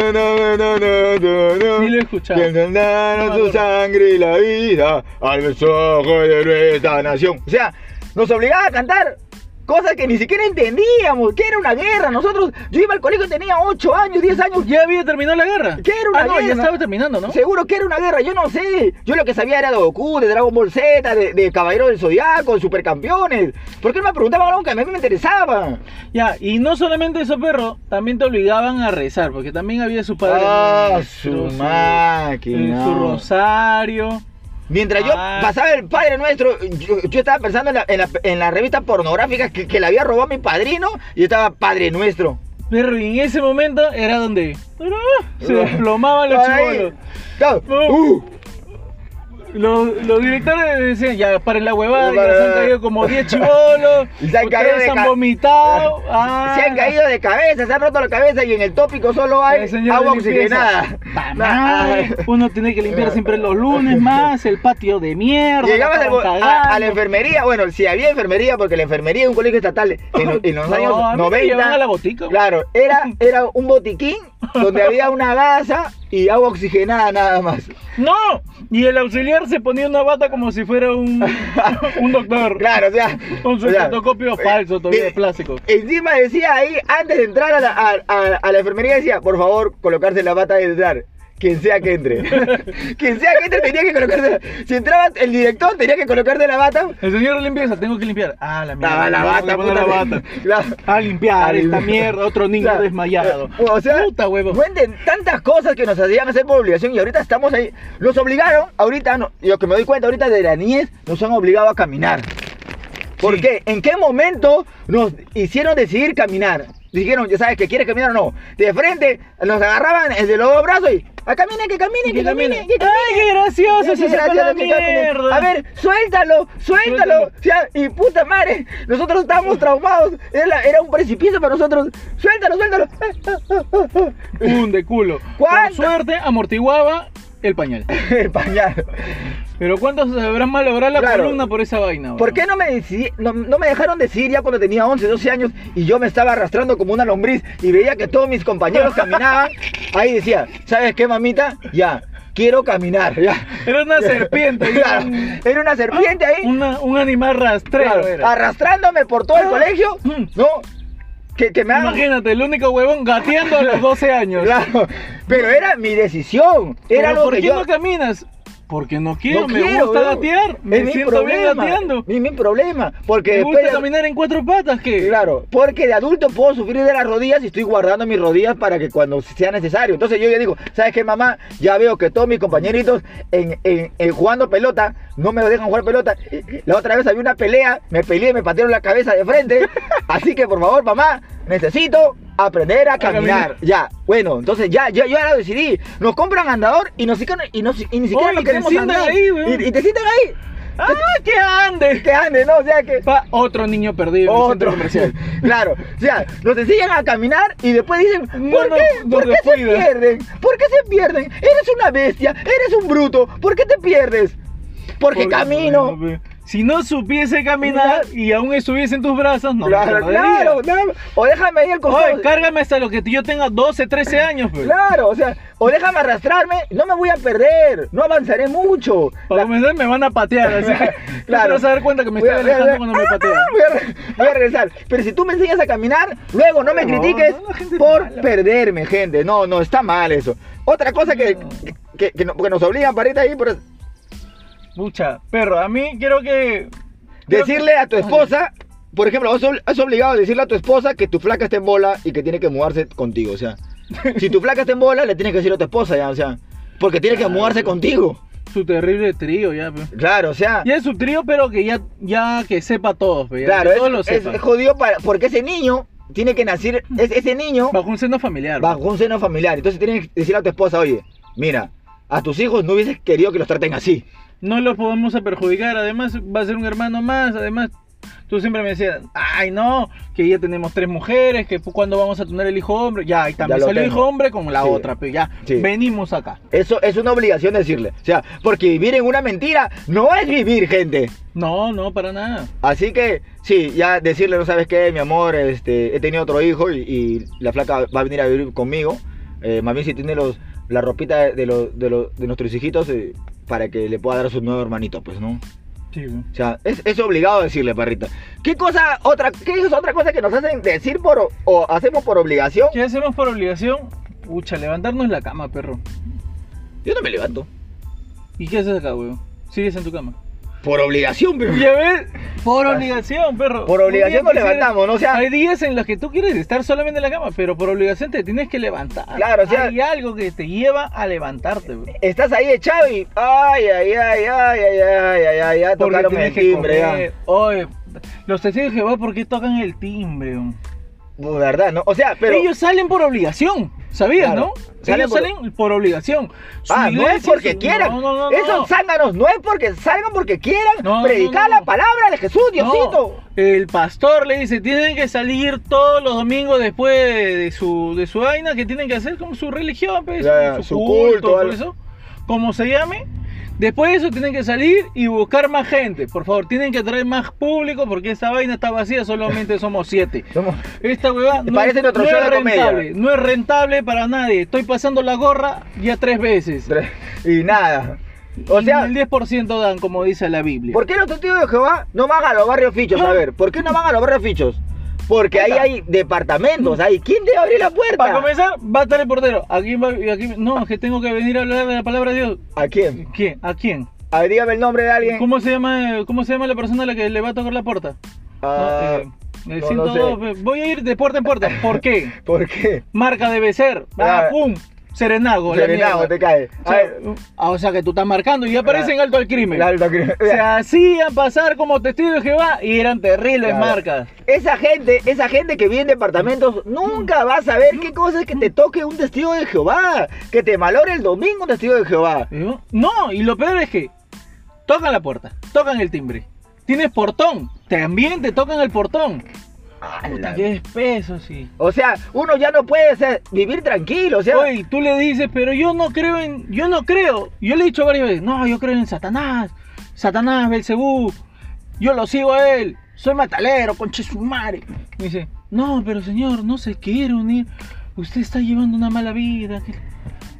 Speaker 1: lo he escuchado. No me
Speaker 2: tu
Speaker 1: acuerdo.
Speaker 2: sangre y la vida al besojo de nuestra nación. O sea, nos obligaba a cantar cosas que ni siquiera entendíamos, que era una guerra. Nosotros, yo iba al colegio, tenía 8 años, 10 años.
Speaker 1: pues, Ya había terminado la guerra.
Speaker 2: ¿Qué era una
Speaker 1: ah, no, ya
Speaker 2: guerra?
Speaker 1: estaba terminando, ¿no?
Speaker 2: Seguro que era una guerra, yo no sé. Yo lo que sabía era de Goku, de Dragon Ball Z, de, de Caballero del Zodiaco, de Supercampeones. ¿Por qué me preguntaban algo que a mí me interesaba?
Speaker 1: Ya, y no solamente eso, perro, también te obligaban a rezar, porque también había su padre.
Speaker 2: Ah,
Speaker 1: Nuestro,
Speaker 2: su máquina.
Speaker 1: Su rosario.
Speaker 2: Mientras yo
Speaker 1: Ah.
Speaker 2: pasaba el Padre Nuestro, yo, yo estaba pensando en la, en la- en la revista pornográfica que, que la había robado mi padrino y estaba Padre Nuestro.
Speaker 1: Perro, y en ese momento era donde ¡ah! se
Speaker 2: Ah.
Speaker 1: desplomaban los
Speaker 2: Ahí.
Speaker 1: chibolos.
Speaker 2: Claro.
Speaker 1: No.
Speaker 2: Uh.
Speaker 1: Los, los directores decían, ya paren la huevada, ya
Speaker 2: Para-
Speaker 1: se han caído como 10 chivolos,
Speaker 2: Y se han caído
Speaker 1: ustedes
Speaker 2: de
Speaker 1: han
Speaker 2: ca-
Speaker 1: vomitado. Ah,
Speaker 2: Se han caído de cabeza, se han roto la cabeza y en el tópico solo hay agua oxigenada.
Speaker 1: nada. Uno tiene que limpiar siempre los lunes más, el patio de mierda.
Speaker 2: Llegabas
Speaker 1: la
Speaker 2: al-
Speaker 1: estaban
Speaker 2: a, a la
Speaker 1: cagando.
Speaker 2: enfermería, bueno, si había enfermería, porque la enfermería de un colegio estatal en, lo- en los
Speaker 1: No,
Speaker 2: años
Speaker 1: a mí me
Speaker 2: 90.
Speaker 1: llevaban a la botica.
Speaker 2: Claro, era, era un botiquín donde había una gasa y agua oxigenada nada más.
Speaker 1: No, y el auxiliar se ponía una bata como si fuera un, un doctor.
Speaker 2: Claro, o sea.
Speaker 1: Con su
Speaker 2: o sea,
Speaker 1: estetoscopio
Speaker 2: eh,
Speaker 1: falso todavía de
Speaker 2: eh,
Speaker 1: plástico.
Speaker 2: Encima decía ahí, antes de entrar a la, a, a- a la enfermería, decía, por favor, colocarse la bata de entrar. Quien sea que entre. Quien sea que entre tenía que colocarse la... Si entraba el director, tenía que colocarse la bata.
Speaker 1: El señor de limpieza, tengo que limpiar. Ah, la mierda.
Speaker 2: La, la
Speaker 1: tengo que
Speaker 2: bata,
Speaker 1: poner
Speaker 2: puta.
Speaker 1: la bata.
Speaker 2: Claro.
Speaker 1: A limpiar
Speaker 2: A
Speaker 1: esta
Speaker 2: limpiar.
Speaker 1: mierda, otro niño
Speaker 2: Claro.
Speaker 1: desmayado.
Speaker 2: eh, O sea,
Speaker 1: puta huevo.
Speaker 2: cuenten tantas cosas que nos hacían hacer por obligación y ahorita estamos ahí. Nos obligaron, ahorita, no, yo que me doy cuenta ahorita de la niñez, nos han obligado a caminar. ¿Por
Speaker 1: Sí.
Speaker 2: qué? ¿En qué momento nos hicieron decidir caminar? Dijeron, ya sabes que quieres caminar o no. De frente nos agarraban el de los dos brazos y A camine, que camine, que camine, que camine.
Speaker 1: ¡Ay, qué gracioso!
Speaker 2: Sí,
Speaker 1: Se sacó
Speaker 2: gracias,
Speaker 1: la
Speaker 2: que camine.
Speaker 1: mierda.
Speaker 2: A ver, suéltalo, suéltalo.
Speaker 1: Suéltalo.
Speaker 2: O sea, y puta madre, nosotros estábamos traumados. Era, era un precipicio para nosotros. Suéltalo, suéltalo.
Speaker 1: Un de culo.
Speaker 2: ¿Cuánto?
Speaker 1: Con suerte amortiguaba el pañal.
Speaker 2: El pañal.
Speaker 1: Pero ¿cuántos habrán malogrado la
Speaker 2: Claro.
Speaker 1: columna por esa vaina? bro?
Speaker 2: ¿Por qué no me, decidí- no, no me dejaron decidir ya cuando tenía 11, 12 años y yo me estaba arrastrando como una lombriz y veía que todos mis compañeros caminaban? Ahí decía, ¿sabes qué, mamita? Ya, quiero caminar. Ya.
Speaker 1: Era una serpiente. era
Speaker 2: Claro,
Speaker 1: un-
Speaker 2: Era una serpiente ahí.
Speaker 1: una- un animal rastrero.
Speaker 2: Claro,
Speaker 1: era.
Speaker 2: arrastrándome por todo el
Speaker 1: Ah.
Speaker 2: colegio,
Speaker 1: Mm.
Speaker 2: ¿no? Que, que me hagan-
Speaker 1: Imagínate, el único huevón gateando a los 12 años.
Speaker 2: Claro, pero era mi decisión. Era
Speaker 1: Pero
Speaker 2: lo
Speaker 1: ¿Por
Speaker 2: que
Speaker 1: qué
Speaker 2: yo.
Speaker 1: no caminas? Porque no quiero,
Speaker 2: no
Speaker 1: me
Speaker 2: quiero,
Speaker 1: gusta
Speaker 2: bro.
Speaker 1: gatear, me
Speaker 2: Es mi
Speaker 1: siento bien
Speaker 2: problema,
Speaker 1: gateando.
Speaker 2: Es mi problema. Porque
Speaker 1: Me gusta
Speaker 2: después.
Speaker 1: caminar en cuatro patas, que
Speaker 2: Claro, porque de adulto puedo sufrir de las rodillas y estoy guardando mis rodillas para que cuando sea necesario. Entonces yo ya digo, ¿sabes qué, mamá? Ya veo que todos mis compañeritos en, en- en jugando pelota no me dejan jugar pelota. La otra vez había una pelea, me peleé y me patearon la cabeza de frente. Así que por favor, mamá, necesito aprender a caminar.
Speaker 1: caminar.
Speaker 2: Ya, bueno, entonces ya, yo ya lo decidí. Nos compran andador y, nos, siquiera- y, nos- y ni siquiera
Speaker 1: Oh,
Speaker 2: nos
Speaker 1: y te
Speaker 2: queremos
Speaker 1: sientan
Speaker 2: andar.
Speaker 1: ahí, weón.
Speaker 2: y, y te sientan ahí.
Speaker 1: ¡Ah, que ande!
Speaker 2: Que ande, ¿no? O sea que.
Speaker 1: Pa- otro niño perdido en el centro
Speaker 2: Otro.
Speaker 1: comercial.
Speaker 2: claro. O sea, los enseñan a caminar y después dicen, ¿por
Speaker 1: No, no,
Speaker 2: qué?
Speaker 1: no
Speaker 2: ¿Por
Speaker 1: te
Speaker 2: qué se
Speaker 1: cuidas".
Speaker 2: pierden? ¿Por qué se pierden? Eres una bestia, eres un bruto. ¿Por qué te pierdes? Porque
Speaker 1: Porque,
Speaker 2: camino.
Speaker 1: bueno, pe- Si no supiese caminar y aún estuviese en tus brazos, no
Speaker 2: claro,
Speaker 1: me perdería.
Speaker 2: claro, claro. O déjame ahí el
Speaker 1: Oye,
Speaker 2: consejo.
Speaker 1: cárgame hasta lo que yo tenga 12, 13 años, pues. pe.
Speaker 2: Claro, o sea, o déjame arrastrarme, no me voy a perder, no avanzaré mucho.
Speaker 1: Para
Speaker 2: La-
Speaker 1: comenzar me van a patear, así que
Speaker 2: Claro.
Speaker 1: claro. te vas a dar cuenta que me
Speaker 2: Voy
Speaker 1: estoy
Speaker 2: a- voy a-
Speaker 1: alejando cuando me
Speaker 2: ah,
Speaker 1: patean.
Speaker 2: Voy a, re- voy a regresar. Pero si tú me enseñas a caminar, luego no me
Speaker 1: No,
Speaker 2: critiques
Speaker 1: no, la gente es
Speaker 2: por
Speaker 1: mala.
Speaker 2: perderme, gente. No, no, está mal eso. Otra cosa que,
Speaker 1: No.
Speaker 2: que, que no- que nos obligan para ir ahí, por
Speaker 1: Pucha, perro, a mí quiero que... quiero que-
Speaker 2: decirle a tu esposa, por ejemplo, has ob- has obligado a decirle a tu esposa que tu flaca está en bola y que tiene que mudarse contigo. O sea, si tu flaca está en bola, le tienes que decir a tu esposa ya, o sea, porque tiene que mudarse contigo.
Speaker 1: Su terrible trío ya, pe.
Speaker 2: Claro, o sea.
Speaker 1: Ya es su trío, pero que ya, ya que sepa todos, pe, ya
Speaker 2: Claro,
Speaker 1: que todos lo
Speaker 2: es, es
Speaker 1: sepan.
Speaker 2: jodido para, porque ese niño tiene que nacer, es- ese niño
Speaker 1: Bajo un seno familiar. pe.
Speaker 2: bajo un seno familiar. Entonces tienes que decirle a tu esposa, oye, mira, a tus hijos no hubieses querido que los traten así.
Speaker 1: No los podemos perjudicar, además va a ser un hermano más, además tú siempre me decías, ay no, que ya tenemos tres mujeres, que cuando vamos a tener el hijo hombre, ya, y también
Speaker 2: lo
Speaker 1: salió el
Speaker 2: tengo.
Speaker 1: hijo hombre con la
Speaker 2: Sí.
Speaker 1: otra, pero ya,
Speaker 2: Sí.
Speaker 1: venimos acá.
Speaker 2: Eso es una obligación decirle. O sea, porque vivir en una mentira no es vivir, gente.
Speaker 1: No, no, para nada.
Speaker 2: Así que, sí, ya decirle, no sabes qué, mi amor, este, he tenido otro hijo y, y la flaca va a venir a vivir conmigo. Eh, más bien si tiene los, la ropita de, de los, de, los- de nuestros hijitos eh, para que le pueda dar a su nuevo hermanito, pues, ¿no?
Speaker 1: Sí, güey.
Speaker 2: O sea, es, es obligado decirle, perrita. ¿Qué cosa, otra, qué es otra cosa que nos hacen decir por, o- o hacemos por obligación?
Speaker 1: ¿Qué hacemos por obligación? Pucha, levantarnos la cama, perro.
Speaker 2: Yo no me levanto.
Speaker 1: ¿Y qué haces acá, weón? Sigues en tu cama.
Speaker 2: Por obligación, pero...
Speaker 1: Ya ves, por obligación, perro.
Speaker 2: Por
Speaker 1: Un día
Speaker 2: obligación nos
Speaker 1: quisiera-
Speaker 2: levantamos, ¿no? O sea,
Speaker 1: Hay días en los que tú quieres estar solamente en la cama, pero por obligación te tienes que levantar.
Speaker 2: Claro, o sea-
Speaker 1: Hay algo que te lleva a levantarte, weón.
Speaker 2: estás ahí echado y... Ay, ay, ay, ay, ay, ay, ay, ay, ya
Speaker 1: Porque
Speaker 2: tocaron el
Speaker 1: tienes que
Speaker 2: timbre,
Speaker 1: comer.
Speaker 2: ya.
Speaker 1: Oye, los testigos de Jehová, ¿por qué tocan el timbre? weón?
Speaker 2: Pues, verdad, ¿no? O sea, pero...
Speaker 1: Ellos salen por obligación, ¿sabías,
Speaker 2: Claro,
Speaker 1: no?
Speaker 2: salen
Speaker 1: Ellos
Speaker 2: por-
Speaker 1: salen por obligación. Su
Speaker 2: Ah, no es
Speaker 1: iglesia,
Speaker 2: porque
Speaker 1: su-
Speaker 2: quieran.
Speaker 1: No, no, no, no.
Speaker 2: Esos zánganos no es porque salgan porque quieran
Speaker 1: No, no, no,
Speaker 2: predicar
Speaker 1: no.
Speaker 2: la palabra de Jesús, Diosito.
Speaker 1: No, el pastor le dice, tienen que salir todos los domingos después de, de su, de su vaina, que tienen que hacer como su religión, pues,
Speaker 2: Ya,
Speaker 1: su,
Speaker 2: su culto,
Speaker 1: culto, todo
Speaker 2: algo.
Speaker 1: eso, como se llame. Después de eso tienen que salir y buscar más gente. Por favor, tienen que traer más público porque esta vaina está vacía, solamente somos siete.
Speaker 2: Somos-
Speaker 1: Esta huevada no,
Speaker 2: Parece
Speaker 1: es-
Speaker 2: nuestro
Speaker 1: no
Speaker 2: show
Speaker 1: es
Speaker 2: de comedia.
Speaker 1: rentable, no es rentable para nadie. Estoy pasando la gorra ya tres veces.
Speaker 2: Y nada. O
Speaker 1: Y
Speaker 2: sea,
Speaker 1: el 10% dan, como dice la Biblia.
Speaker 2: ¿Por qué los testigos de Jehová no van a los barrios fichos? A ver, ¿por qué no van a los barrios fichos? Porque ahí hay departamentos, ahí. ¿Quién debe abrir la
Speaker 1: Para
Speaker 2: puerta?
Speaker 1: comenzar, va a estar el portero. Aquí va, y aquí, no, es que tengo que venir a hablar de la palabra de Dios.
Speaker 2: ¿A quién?
Speaker 1: ¿Quién? ¿A quién?
Speaker 2: A ver, dígame el nombre de alguien.
Speaker 1: ¿Cómo se llama, eh, cómo se llama la persona a la que le va a tocar la puerta?
Speaker 2: Ah,
Speaker 1: No, eh, el
Speaker 2: no, no
Speaker 1: 102, eh, Voy a ir de puerta en puerta. ¿Por qué?
Speaker 2: ¿Por qué?
Speaker 1: Marca debe ser. Ah,
Speaker 2: Ah,
Speaker 1: pum. Serenago, la
Speaker 2: Serenago,
Speaker 1: mierda.
Speaker 2: te cae.
Speaker 1: O sea, ah, o sea que tú estás marcando y aparecen alto al crimen.
Speaker 2: La alta cri-
Speaker 1: Se hacían pasar como testigos de Jehová y eran terribles
Speaker 2: Claro.
Speaker 1: marcas.
Speaker 2: Esa gente, esa gente que vive en departamentos, nunca va a saber qué cosa es que te toque un testigo de Jehová. Que te valore el domingo un testigo de Jehová.
Speaker 1: Y yo, No, y lo peor es que tocan la puerta, tocan el timbre. Tienes portón, también te tocan el portón.
Speaker 2: Ala.
Speaker 1: Qué espeso, sí.
Speaker 2: O sea, uno ya no puede o sea, vivir tranquilo, o sea.
Speaker 1: Oye, tú le dices, pero yo no creo en. Yo no creo. Yo le he dicho varias veces, no, yo creo en Satanás. Satanás, Belcebú. Yo lo sigo a él. Soy matalero, conche su madre. Me dice, no, pero señor, no se quiere unir. Usted está llevando una mala vida. que-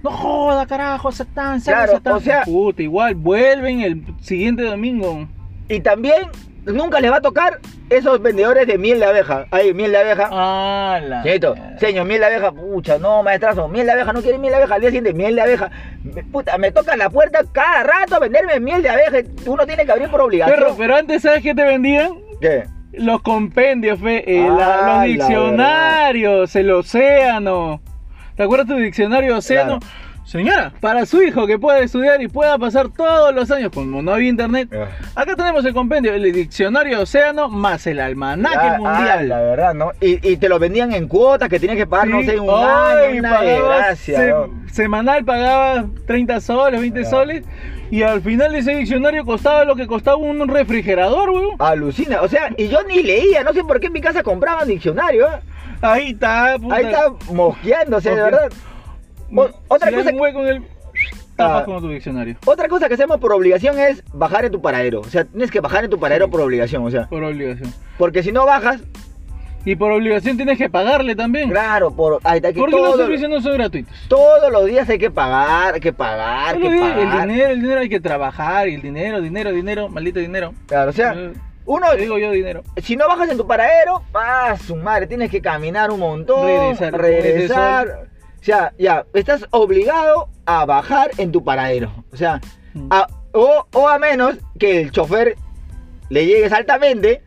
Speaker 1: No joda, carajo, Satán, sale
Speaker 2: Claro,
Speaker 1: Satán.
Speaker 2: o sea-
Speaker 1: Puta, igual, vuelven el siguiente domingo.
Speaker 2: Y también nunca les va a tocar esos vendedores de miel de abeja. Ay, miel de abeja.
Speaker 1: Ah, la.
Speaker 2: Cheto, señor, miel de abeja, pucha, no, maestrazo, miel de abeja, no quiere miel de abeja, al día siguiente, miel de abeja. Me- Puta, me tocan la puerta cada rato a venderme miel de abeja, uno tiene que abrir por obligación.
Speaker 1: Perro, pero antes, ¿sabes qué te vendían?
Speaker 2: ¿Qué?
Speaker 1: Los compendios, fe, eh,
Speaker 2: Ah,
Speaker 1: la-
Speaker 2: la
Speaker 1: los diccionarios, el océano. ¿Te acuerdas tu diccionario océano? Señora, para su hijo que pueda estudiar y pueda pasar todos los años, como no había internet,
Speaker 2: Eh.
Speaker 1: acá tenemos el compendio, el diccionario océano más el almanaque
Speaker 2: Ah, ah,
Speaker 1: mundial.
Speaker 2: la verdad, ¿no? Y, y te lo vendían en cuotas que tienes que pagar, no
Speaker 1: Sí.
Speaker 2: sé, un
Speaker 1: Ay,
Speaker 2: año, una
Speaker 1: pagabas
Speaker 2: desgracia,
Speaker 1: se-
Speaker 2: ¿no?
Speaker 1: Semanal pagaba 30 soles, 20
Speaker 2: Ya.
Speaker 1: soles, y al final ese diccionario costaba lo que costaba un refrigerador, weón.
Speaker 2: Alucina, o sea, y yo ni leía, no sé por qué en mi casa compraban diccionario, ¿ah?
Speaker 1: Ahí está, puta.
Speaker 2: ahí está mosqueándose, de
Speaker 1: Mosquea-
Speaker 2: verdad. O- otra
Speaker 1: si
Speaker 2: cosa
Speaker 1: hay un
Speaker 2: que-
Speaker 1: hueco en el tapas
Speaker 2: Ah.
Speaker 1: como tu diccionario
Speaker 2: Otra cosa que hacemos por obligación es bajar en tu paradero, o sea, tienes que bajar en tu paradero por obligación, o sea,
Speaker 1: por obligación
Speaker 2: porque si no bajas,
Speaker 1: y por obligación tienes que pagarle también
Speaker 2: Claro, por ahí está que
Speaker 1: porque los
Speaker 2: todo-
Speaker 1: servicios no son gratuitos
Speaker 2: todos los días hay que pagar, hay que pagar, hay
Speaker 1: Solo
Speaker 2: que
Speaker 1: di- el
Speaker 2: pagar.
Speaker 1: dinero el dinero hay que trabajar y el dinero dinero dinero maldito dinero
Speaker 2: Claro, o sea,
Speaker 1: Eh,
Speaker 2: uno
Speaker 1: te digo yo dinero
Speaker 2: si no bajas en tu paradero, ah, su madre, tienes que caminar un montón,
Speaker 1: Regresar,
Speaker 2: regresar.
Speaker 1: regresar.
Speaker 2: O sea, ya, estás obligado a bajar en tu paradero. O sea,
Speaker 1: Mm.
Speaker 2: a- o, o a menos que el chofer le llegues altamente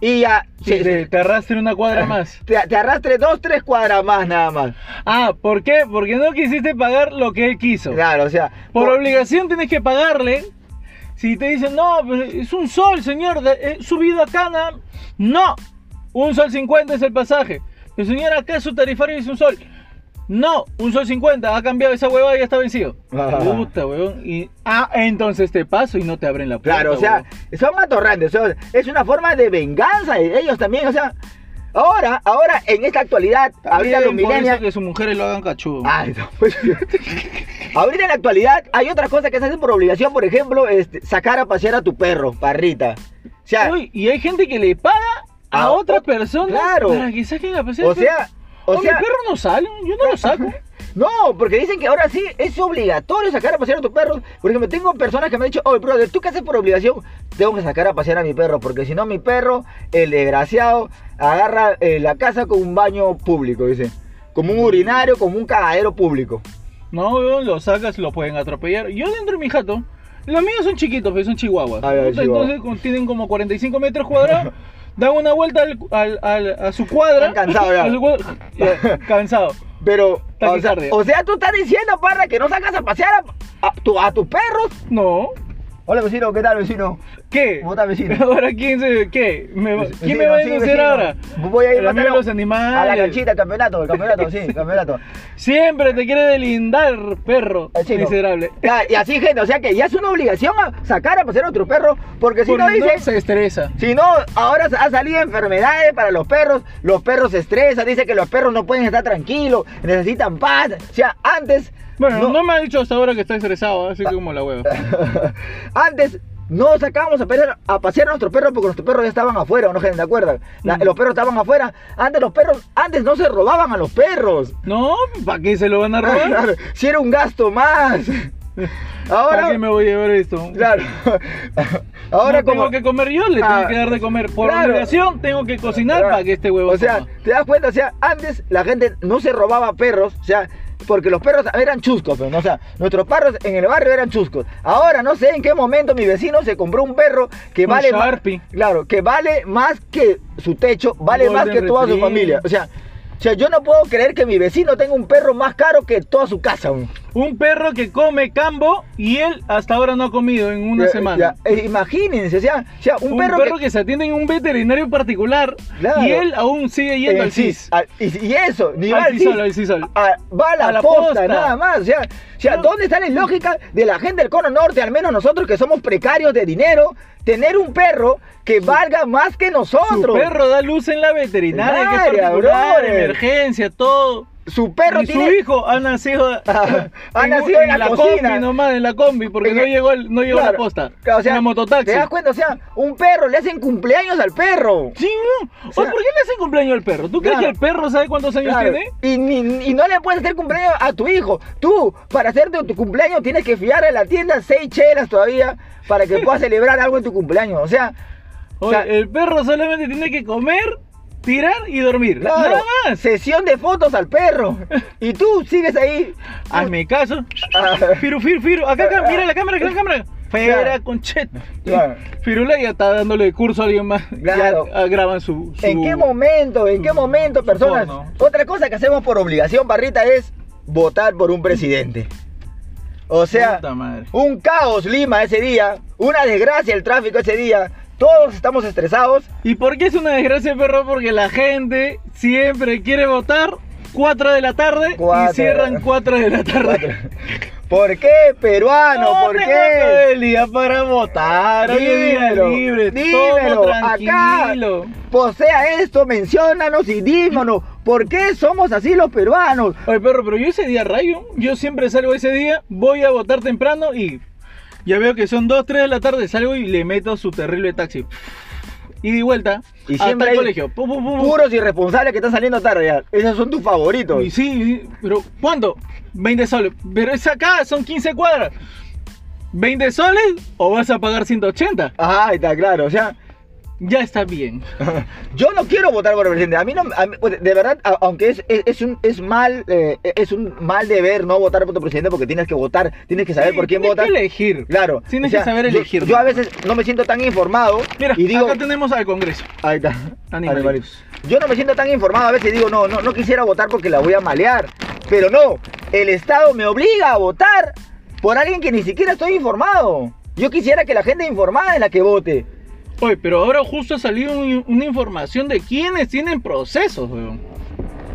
Speaker 2: y ya
Speaker 1: si
Speaker 2: se-
Speaker 1: Mm. te, te arrastre una cuadra más
Speaker 2: te, te arrastre dos, tres cuadras más nada más.
Speaker 1: ah por qué porque no quisiste pagar lo que él quiso
Speaker 2: Claro, o sea,
Speaker 1: por
Speaker 2: o-
Speaker 1: obligación tienes que pagarle si te dicen no pero es un sol señor de- eh, he subido acá na-". no un sol 50 es el pasaje pero señor acá su tarifario es un sol no, un sol 50, ha cambiado esa huevada y ya está vencido.
Speaker 2: Ah.
Speaker 1: Puta, huevón. Y, ah, entonces te paso y no te abren la puerta.
Speaker 2: Claro, o sea, son atorrantes, o sea, es una forma de venganza de ellos también, o sea, ahora, ahora en esta actualidad, ahorita
Speaker 1: ahorita
Speaker 2: los
Speaker 1: por eso
Speaker 2: millennials,
Speaker 1: que sus mujeres lo hagan cachudo.
Speaker 2: Ay, no, pues, ahorita en la actualidad hay otras cosas que se hacen por obligación, por ejemplo, este, sacar a pasear a tu perro, parrita, o sea,
Speaker 1: Uy, y hay gente que le paga a,
Speaker 2: A
Speaker 1: otra
Speaker 2: otro-
Speaker 1: persona
Speaker 2: Ah, claro.
Speaker 1: para que saquen a pasear.
Speaker 2: o sea,
Speaker 1: Oh,
Speaker 2: o
Speaker 1: mi
Speaker 2: sea,
Speaker 1: perro no sale, yo no lo saco.
Speaker 2: no, porque dicen que ahora sí es obligatorio sacar a pasear a tu perro, por ejemplo, tengo personas que me han dicho, oye, brother, ¿tú qué haces por obligación? Tengo que sacar a pasear a mi perro, porque si no mi perro, el desgraciado, agarra eh, la casa con un baño público, dice. Como un urinario, como un cagadero público.
Speaker 1: No, weón, lo sacas, lo pueden atropellar. Yo dentro de mi jato, los míos son chiquitos, pero son chihuahuas.
Speaker 2: Ah, ya,
Speaker 1: Puta,
Speaker 2: chihuahua.
Speaker 1: Entonces con- tienen como 45 metros cuadrados, dan una vuelta al- al- al- a su cuadra.
Speaker 2: Están cansados ya.
Speaker 1: a su cuadra- ya, cansado.
Speaker 2: Pero, o sea,
Speaker 1: Taquicardia.
Speaker 2: o sea, tú estás diciendo, parra, que no sacas a pasear a, a tu- a tus perros.
Speaker 1: No.
Speaker 2: Hola, vecino, ¿qué tal, vecino?
Speaker 1: ¿Qué?
Speaker 2: Puta, vecino.
Speaker 1: Ahora quién se. ¿Qué? ¿Me va- ¿Quién me
Speaker 2: Vecino,
Speaker 1: va a
Speaker 2: sí,
Speaker 1: denunciar
Speaker 2: vecino.
Speaker 1: ahora?
Speaker 2: Voy a ir
Speaker 1: El amigo
Speaker 2: mañana
Speaker 1: de los animales.
Speaker 2: A la canchita, el campeonato, el campeonato, sí, campeonato.
Speaker 1: Siempre te quiere delindar, perro.
Speaker 2: El chino.
Speaker 1: Miserable.
Speaker 2: Ya, y así, gente, o sea que ya es una obligación a sacar a pasear a otro perro, porque si
Speaker 1: Porque
Speaker 2: no dicen,
Speaker 1: se estresa.
Speaker 2: Si no, ahora ha salido enfermedades para los perros, los perros se estresan, dice que los perros no pueden estar tranquilos, necesitan paz. O sea, antes.
Speaker 1: Bueno, no. me ha dicho hasta ahora que está estresado, así
Speaker 2: Ah.
Speaker 1: que como la hueva.
Speaker 2: antes no sacábamos a, pasear- a pasear a nuestros perros porque nuestros perros ya estaban afuera, ¿o no gente? ¿Te acuerdas? La-
Speaker 1: Mm.
Speaker 2: Los perros estaban afuera. Antes los perros, antes no se robaban a los perros.
Speaker 1: No, ¿para qué se lo van a robar?
Speaker 2: si era un gasto más.
Speaker 1: ¿Para
Speaker 2: Ahora.
Speaker 1: qué me voy a llevar esto?
Speaker 2: Claro. Ahora
Speaker 1: No
Speaker 2: como.
Speaker 1: tengo que comer yo, le
Speaker 2: Ah,
Speaker 1: tengo que dar de comer. Por
Speaker 2: claro.
Speaker 1: obligación tengo que cocinar
Speaker 2: Ahora,
Speaker 1: para que este huevo
Speaker 2: O sea,
Speaker 1: coma.
Speaker 2: te das cuenta, o sea, antes la gente no se robaba perros, o sea, porque los perros eran chuscos, pues, ¿no? o sea, nuestros perros en el barrio eran chuscos. Ahora no sé en qué momento mi vecino se compró un perro que
Speaker 1: Un
Speaker 2: vale más,
Speaker 1: Sharpie.
Speaker 2: claro, que vale más que su techo, vale más
Speaker 1: Golden
Speaker 2: que toda su
Speaker 1: Retriever.
Speaker 2: familia. O sea, O sea, yo no puedo creer que mi vecino tenga un perro más caro que toda su casa. weón.
Speaker 1: Un perro que come cambo y él hasta ahora no ha comido en una
Speaker 2: Ya-
Speaker 1: semana.
Speaker 2: ya, eh, imagínense, o sea, o sea, un,
Speaker 1: Un,
Speaker 2: perro,
Speaker 1: que... se atiende en un veterinario particular
Speaker 2: Claro.
Speaker 1: y él aún sigue
Speaker 2: que...
Speaker 1: yendo
Speaker 2: eh,
Speaker 1: al
Speaker 2: sí,
Speaker 1: CIS.
Speaker 2: al- y, y eso, ni va
Speaker 1: Al
Speaker 2: al
Speaker 1: CIS,
Speaker 2: CIS,
Speaker 1: al CIS, al-
Speaker 2: a- va a la,
Speaker 1: a la
Speaker 2: posta,
Speaker 1: posta.
Speaker 2: nada más. O sea, o sea,
Speaker 1: No.
Speaker 2: ¿dónde está la lógica de la gente del Cono Norte, al menos nosotros que somos precarios de dinero, tener un perro que valga más que
Speaker 1: Su
Speaker 2: nosotros?
Speaker 1: perro da luz en la veterinaria, que es
Speaker 2: Veterinaria,
Speaker 1: particular,
Speaker 2: brother.
Speaker 1: emergencia, todo.
Speaker 2: Su perro
Speaker 1: y su
Speaker 2: tiene...
Speaker 1: hijo ha nacido,
Speaker 2: Ha nacido en la cocina.
Speaker 1: combi nomás, en la combi, porque
Speaker 2: En
Speaker 1: no
Speaker 2: el-
Speaker 1: llegó, al- no llegó a la
Speaker 2: Claro,
Speaker 1: posta.
Speaker 2: claro, o sea,
Speaker 1: en la mototaxi.
Speaker 2: ¿Te das cuenta? O sea, un perro, le hacen cumpleaños al perro.
Speaker 1: Sí, ¿no?
Speaker 2: O sea-
Speaker 1: ¿O ¿Por qué le hacen cumpleaños al perro? ¿Tú crees
Speaker 2: Claro.
Speaker 1: que el perro sabe cuántos años
Speaker 2: Claro,
Speaker 1: tiene?
Speaker 2: Y, ni- y no le puedes hacer cumpleaños a tu hijo. Tú, para hacerte tu cumpleaños, tienes que fiar a la tienda seis chelas todavía para que puedas celebrar algo en tu cumpleaños. O sea,
Speaker 1: Oye,
Speaker 2: sea-
Speaker 1: el perro solamente tiene que comer, tirar y dormir.
Speaker 2: claro,
Speaker 1: Nada más.
Speaker 2: sesión de fotos al perro. Y tú sigues ahí.
Speaker 1: Hazme caso.
Speaker 2: Ah.
Speaker 1: Firu, firu, firu. Acá, acá, mira la cámara, acá la cámara. Fuera,
Speaker 2: Claro.
Speaker 1: conchet.
Speaker 2: Claro.
Speaker 1: Firula ya está dándole curso a alguien más.
Speaker 2: Claro.
Speaker 1: Ya ah, graban su, su-
Speaker 2: ¿En qué momento, en qué
Speaker 1: su-
Speaker 2: momento,
Speaker 1: su
Speaker 2: personas?
Speaker 1: porno.
Speaker 2: Otra cosa que hacemos por obligación, Barrita, es votar por un presidente. O sea,
Speaker 1: Puta madre.
Speaker 2: un caos Lima ese día, una desgracia el tráfico ese día, todos estamos estresados.
Speaker 1: ¿Y por qué es una desgracia, perro? Porque la gente siempre quiere votar 4 de la tarde
Speaker 2: Cuatro.
Speaker 1: y cierran 4 de la tarde.
Speaker 2: ¿Por qué, peruano? ¿Por
Speaker 1: No tengo todo
Speaker 2: qué?
Speaker 1: el día para votar. Hoy es día
Speaker 2: Dímelo,
Speaker 1: libre,
Speaker 2: dímelo,
Speaker 1: todo tranquilo.
Speaker 2: acá. Posea esto, menciónanos y dímonos, ¿por qué somos así los peruanos?
Speaker 1: Oye, perro, pero yo ese día rayo, yo siempre salgo ese día, voy a votar temprano y ya veo que son 2, 3 de la tarde, salgo y le meto su terrible taxi. Y de vuelta,
Speaker 2: Y
Speaker 1: hasta
Speaker 2: siempre
Speaker 1: el
Speaker 2: hay
Speaker 1: colegio. Pum, pum, pum, pum.
Speaker 2: Puros irresponsables que están saliendo tarde ya. Esos son tus favoritos.
Speaker 1: Y sí, y- pero ¿cuánto? 20 soles. Pero es acá, son 15 cuadras. ¿20 soles o vas a pagar 180?
Speaker 2: Ajá, está claro, o sea,
Speaker 1: Ya está bien.
Speaker 2: Yo no quiero votar por el presidente. A mí no, a mí- pues, de verdad, a- aunque es, es, es un es mal eh, es un mal deber no votar por tu presidente porque tienes que votar, tienes que saber
Speaker 1: Sí,
Speaker 2: por quién
Speaker 1: tienes
Speaker 2: votas.
Speaker 1: que elegir.
Speaker 2: Claro.
Speaker 1: Tienes que saber
Speaker 2: yo-
Speaker 1: elegir,
Speaker 2: Yo,
Speaker 1: ¿no?
Speaker 2: a veces no me siento tan informado
Speaker 1: Mira,
Speaker 2: y digo,
Speaker 1: acá tenemos al Congreso.
Speaker 2: ahí está.
Speaker 1: Animalitos.
Speaker 2: animalitos. Yo no me siento tan informado a veces digo, no, no no quisiera votar porque la voy a malear, pero no, el Estado me obliga a votar por alguien que ni siquiera estoy informado. Yo quisiera que la gente informada es la que vote.
Speaker 1: Oye, pero ahora justo ha salido un- una información de quiénes tienen procesos, weón.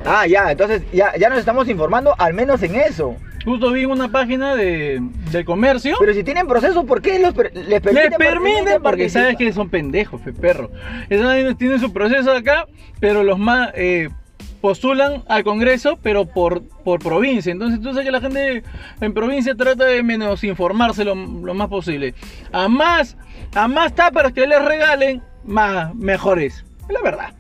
Speaker 2: Ah, ya, entonces ya, ya nos estamos informando al menos en eso.
Speaker 1: Justo vi una página de, del comercio.
Speaker 2: Pero si tienen proceso, ¿por qué los per- les permiten?
Speaker 1: Les permiten porque sabes
Speaker 2: participar?
Speaker 1: que son pendejos, fe perro. Esos ahí tienen su proceso acá, pero los más eh, postulan al Congreso, pero por, por provincia. Entonces tú sabes que la gente en provincia trata de menos informarse lo, lo más posible. A más, a más tapas que les regalen, más mejores. Es la verdad.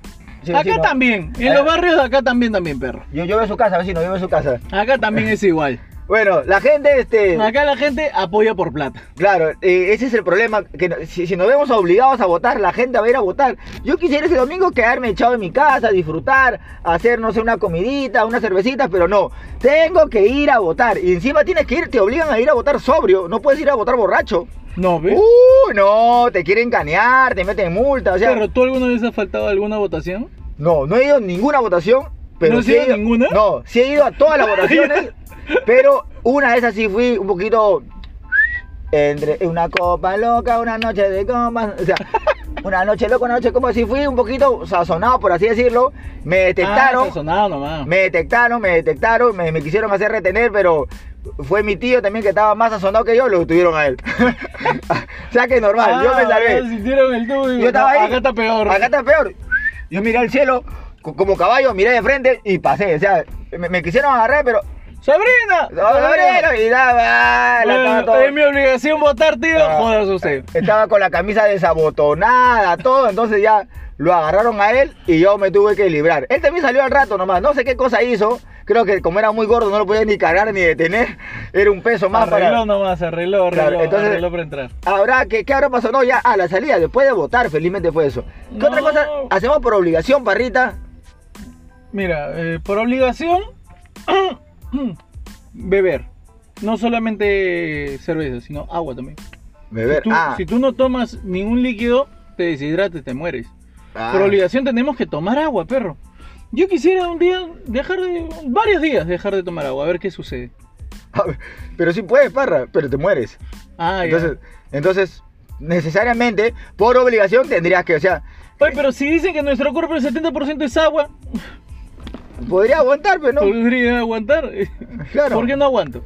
Speaker 2: Sí,
Speaker 1: acá
Speaker 2: sí, no.
Speaker 1: también, en
Speaker 2: Ah.
Speaker 1: los barrios de acá también, también, perro.
Speaker 2: Yo, yo veo su casa, vecino, yo veo su casa.
Speaker 1: Acá también es igual.
Speaker 2: Bueno, la gente, este.
Speaker 1: Acá la gente apoya por plata.
Speaker 2: Claro, eh, ese es el problema. que no- si, si nos vemos obligados a votar, la gente va a ir a votar. Yo quisiera ese domingo quedarme echado en mi casa, disfrutar, hacer, no sé, una comidita, una cervecita, pero no. Tengo que ir a votar. Y encima tienes que ir, te obligan a ir a votar sobrio. No puedes ir a votar borracho.
Speaker 1: No, ¿ves?
Speaker 2: Uh, no, te quieren canear, te meten multa, o sea.
Speaker 1: Perro, ¿tú alguna vez has faltado a alguna votación?
Speaker 2: No, no he ido a ninguna votación, pero
Speaker 1: ¿No has
Speaker 2: sí
Speaker 1: ido
Speaker 2: he
Speaker 1: a ninguna?
Speaker 2: No, sí he ido a todas las votaciones, pero una de esas sí fui un poquito entre una copa loca, una noche de copas, o sea, una noche loca, una noche de copas, sí fui un poquito sazonado, por así decirlo. Me
Speaker 1: Ah,
Speaker 2: detectaron,
Speaker 1: sazonado nomás.
Speaker 2: me detectaron, me detectaron, me, me quisieron hacer retener, pero fue mi tío también que estaba más sazonado que yo, lo tuvieron a él. o sea que normal,
Speaker 1: Ah,
Speaker 2: yo me salvé.
Speaker 1: ya sintieron el tubo y
Speaker 2: Yo estaba ahí.
Speaker 1: Acá está peor.
Speaker 2: Acá está peor. Yo miré al cielo co- como caballo, miré de frente y pasé. O sea, me, me quisieron agarrar, pero.
Speaker 1: ¡Sabrina!
Speaker 2: ¡Obrero! Y daba,
Speaker 1: Ah,
Speaker 2: la
Speaker 1: Bueno,
Speaker 2: estaba todo-
Speaker 1: es mi obligación votar, tío.
Speaker 2: Ah.
Speaker 1: Jodas usted.
Speaker 2: Estaba con la camisa desabotonada, todo. Entonces ya lo agarraron a él y yo me tuve que librar. Él también salió al rato nomás. No sé qué cosa hizo. Creo que como era muy gordo, no lo podía ni cargar ni detener. Era un peso más
Speaker 1: arregló
Speaker 2: para.
Speaker 1: nomás, arregló, arregló,
Speaker 2: Claro, entonces-
Speaker 1: arregló para entrar.
Speaker 2: Ahora, ¿qué, ¿qué habrá pasado? No, ya a la salida, después de votar, felizmente fue eso. ¿Qué otra
Speaker 1: No.
Speaker 2: cosa hacemos por obligación, parrita?
Speaker 1: Mira, eh, por obligación, beber. No solamente cerveza, sino agua también.
Speaker 2: Beber.
Speaker 1: Tú-
Speaker 2: ah.
Speaker 1: Si tú no tomas ningún líquido, te deshidrates, te mueres.
Speaker 2: Ah.
Speaker 1: Por obligación tenemos que tomar agua, perro. Yo quisiera un día dejar de. varios días dejar de tomar agua, a ver qué sucede.
Speaker 2: A ver, Ah, Pero sí puedes, parra, pero te mueres.
Speaker 1: Ah, ya.
Speaker 2: Entonces, entonces, necesariamente, por obligación tendrías que, o sea,
Speaker 1: Oye, pero si dicen que nuestro cuerpo el 70% es agua,
Speaker 2: podría aguantar, pero no.
Speaker 1: podría aguantar.
Speaker 2: Claro.
Speaker 1: ¿Por qué no aguanto?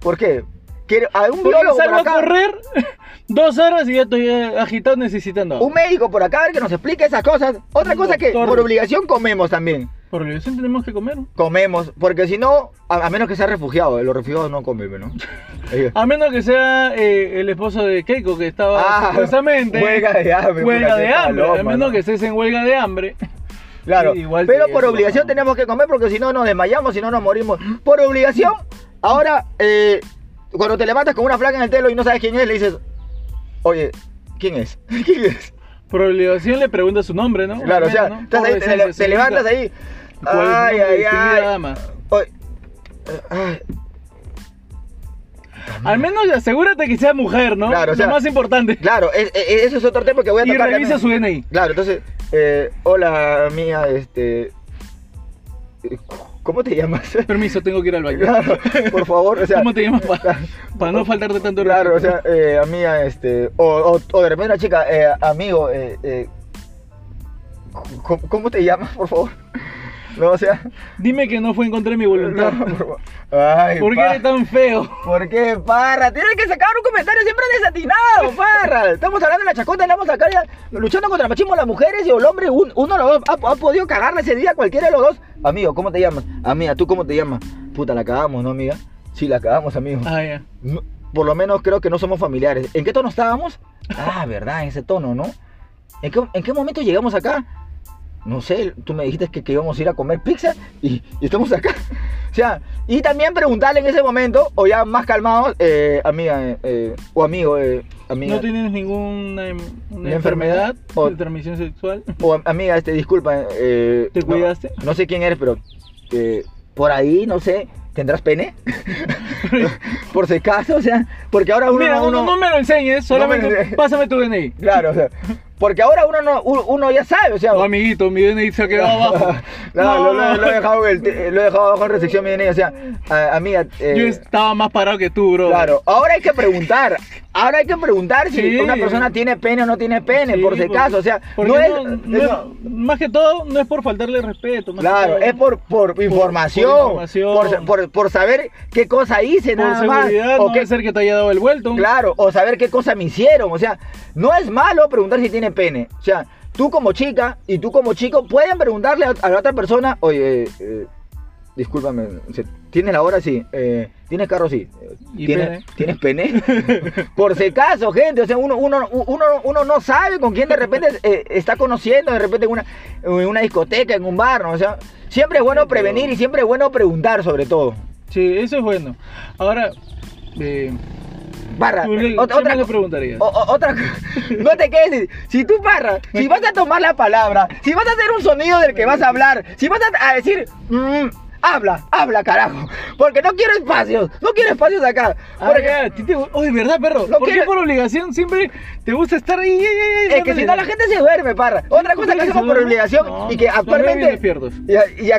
Speaker 2: ¿Por qué? ¿Quiere- ¿Algún
Speaker 1: Porque
Speaker 2: biólogo por
Speaker 1: salgo a
Speaker 2: acá?
Speaker 1: correr dos horas y ya estoy eh, agitado necesitando agua.
Speaker 2: Un médico por acá a ver que nos explique esas cosas. Otra
Speaker 1: Un
Speaker 2: cosa que
Speaker 1: doctor.
Speaker 2: por obligación comemos también.
Speaker 1: Por obligación tenemos que comer.
Speaker 2: Comemos, porque si no, a, a menos que sea refugiado, los refugiados no comen, ¿no? Ellos-
Speaker 1: A menos que sea eh, el esposo de Keiko que estaba
Speaker 2: Ah,
Speaker 1: supuestamente
Speaker 2: huelga de hambre,
Speaker 1: huelga
Speaker 2: puta,
Speaker 1: de
Speaker 2: qué
Speaker 1: hambre.
Speaker 2: paloma,
Speaker 1: a menos
Speaker 2: ¿no?
Speaker 1: que estés en huelga de hambre.
Speaker 2: Claro,
Speaker 1: Sí, igual
Speaker 2: pero
Speaker 1: te-
Speaker 2: por obligación
Speaker 1: no.
Speaker 2: tenemos que comer porque si no nos desmayamos, si no nos morimos. Por obligación, ahora, eh, cuando te levantas con una flaca en el telo y no sabes quién es, le dices, oye, ¿quién es? ¿Quién es?
Speaker 1: Por obligación le pregunta su nombre, ¿no?
Speaker 2: Claro, o
Speaker 1: Al
Speaker 2: sea,
Speaker 1: menos, ¿no?
Speaker 2: estás ahí,
Speaker 1: Pobre
Speaker 2: te, le-
Speaker 1: señorita.
Speaker 2: te levantas ahí.
Speaker 1: ¿Cuál es el
Speaker 2: Ay,
Speaker 1: nombre de
Speaker 2: ay,
Speaker 1: Pues, distinguida
Speaker 2: ay.
Speaker 1: dama?
Speaker 2: Oye, eh, ay,
Speaker 1: Al menos asegúrate que sea mujer, ¿no?
Speaker 2: Claro, o sea,
Speaker 1: Lo más importante.
Speaker 2: Claro, es- es- eso es otro tema que voy a
Speaker 1: Y
Speaker 2: tocar.
Speaker 1: revisa
Speaker 2: también.
Speaker 1: su DNI.
Speaker 2: Claro, entonces, eh, hola mía, este... eh, ¿Cómo te llamas?
Speaker 1: Permiso, tengo que ir al baño.
Speaker 2: Claro, por favor, o sea...
Speaker 1: ¿Cómo te llamas? Para no faltarte tanto
Speaker 2: Claro, o
Speaker 1: respeto.
Speaker 2: sea, eh, amiga, este, o, o- o de repente una chica, eh, amigo, eh, eh, ¿cómo, cómo te llamas, por favor? No, o sea,
Speaker 1: Dime que no fue en contra de mi
Speaker 2: no,
Speaker 1: voluntad.
Speaker 2: por favor. Ay,
Speaker 1: ¿Por qué
Speaker 2: pa-
Speaker 1: eres tan feo?
Speaker 2: ¿Por qué, Parra? Tienes que sacar un comentario siempre desatinado, Parra. Estamos hablando de la chacota, la vamos a sacar ya, luchando contra el machismo las mujeres y el hombre, un- uno de los dos ha, ha podido cagarle ese día a cualquiera de los dos. Amigo, ¿cómo te llamas? Amiga, ¿tú cómo te llamas? Puta, la cagamos, ¿no, amiga? Sí, la cagamos, amigo.
Speaker 1: Ah, ya.
Speaker 2: No, por lo menos creo que no somos familiares. ¿En qué tono estábamos? Ah, verdad, en ese tono, ¿no? ¿En qué, en qué momento llegamos acá? No sé, tú me dijiste que, que íbamos a ir a comer pizza y, y estamos acá. O sea, y también preguntarle en ese momento, o ya más calmados, eh, amiga, eh, eh, o amigo, eh, amiga,
Speaker 1: No tienes ninguna em- una
Speaker 2: ¿Una enfermedad?
Speaker 1: enfermedad
Speaker 2: O-
Speaker 1: de transmisión sexual.
Speaker 2: o am- amiga, este, disculpa. eh,
Speaker 1: ¿Te
Speaker 2: no-
Speaker 1: cuidaste?
Speaker 2: No, sé quién eres, pero eh, por ahí, no sé, ¿tendrás pene? por si acaso, o sea, porque ahora uno...
Speaker 1: Mira, no,
Speaker 2: uno-
Speaker 1: no me lo enseñes, solamente
Speaker 2: No me lo enseñes.
Speaker 1: pásame tu DNI.
Speaker 2: Claro, o sea, porque ahora uno no, uno, uno ya sabe, o sea.
Speaker 1: No, amiguito, mi DNI se ha quedado abajo.
Speaker 2: No,
Speaker 1: No,
Speaker 2: lo- lo- lo he dejado, en el te- lo he dejado abajo en restricción, mi DNI, o sea, a- amiga. eh,
Speaker 1: Yo estaba más parado que tú, bro.
Speaker 2: Claro, ahora hay que preguntar. Ahora hay que preguntar si
Speaker 1: Sí.
Speaker 2: una persona tiene pene o no tiene pene,
Speaker 1: Sí,
Speaker 2: por si
Speaker 1: porque-
Speaker 2: acaso, o sea,
Speaker 1: porque
Speaker 2: no es.
Speaker 1: no- no es-
Speaker 2: no-
Speaker 1: más que todo, no es por faltarle respeto. más que
Speaker 2: Claro,
Speaker 1: todo,
Speaker 2: es por, por, información, por,
Speaker 1: información.
Speaker 2: por- por saber qué cosa hice,
Speaker 1: por
Speaker 2: nada más.
Speaker 1: seguridad,
Speaker 2: o
Speaker 1: no
Speaker 2: qué-
Speaker 1: va a ser que te haya dado el vuelto.
Speaker 2: Claro, o saber qué cosa me hicieron. O sea, no es malo preguntar si tiene pene. O sea, tú como chica y tú como chico pueden preguntarle a, a la otra persona, oye, eh, eh, discúlpame, se- ¿tienes la hora? Sí. Eh, ¿Tienes carro? Sí. Eh,
Speaker 1: ¿Y
Speaker 2: ¿Tienes, ¿Tienes pene? Por si acaso, gente. O sea, uno, uno, uno, uno no sabe con quién de repente eh, está conociendo, de repente en una, en una discoteca, en un bar, ¿no? O sea, siempre es bueno prevenir y siempre es bueno preguntar sobre todo.
Speaker 1: Sí, eso es bueno. Ahora, eh,
Speaker 2: Barra.
Speaker 1: tú le-
Speaker 2: ot-
Speaker 1: ¿qué más
Speaker 2: otra,
Speaker 1: le preguntarías?
Speaker 2: O- o- otra cosa, no te quedes. Si tú parras, si vas a tomar la palabra, si vas a hacer un sonido del que vas a hablar, si vas a, a decir, mm, habla, habla, carajo. Porque no quiero espacios, no quiero espacios acá.
Speaker 1: Ah,
Speaker 2: Porque-
Speaker 1: ya, a ti te- Oye, ¿verdad, perro?
Speaker 2: No
Speaker 1: ¿Por qué
Speaker 2: quiero-
Speaker 1: por obligación siempre te gusta estar ahí? ahí, ahí, ahí,
Speaker 2: es que si
Speaker 1: dándole?
Speaker 2: no la gente se duerme, parra. Otra cosa que
Speaker 1: ¿Ustedes
Speaker 2: hacemos
Speaker 1: se
Speaker 2: por
Speaker 1: duermen?
Speaker 2: obligación
Speaker 1: No,
Speaker 2: y que
Speaker 1: no, duermen bien
Speaker 2: actualmente.
Speaker 1: despiertos.
Speaker 2: Y, a- y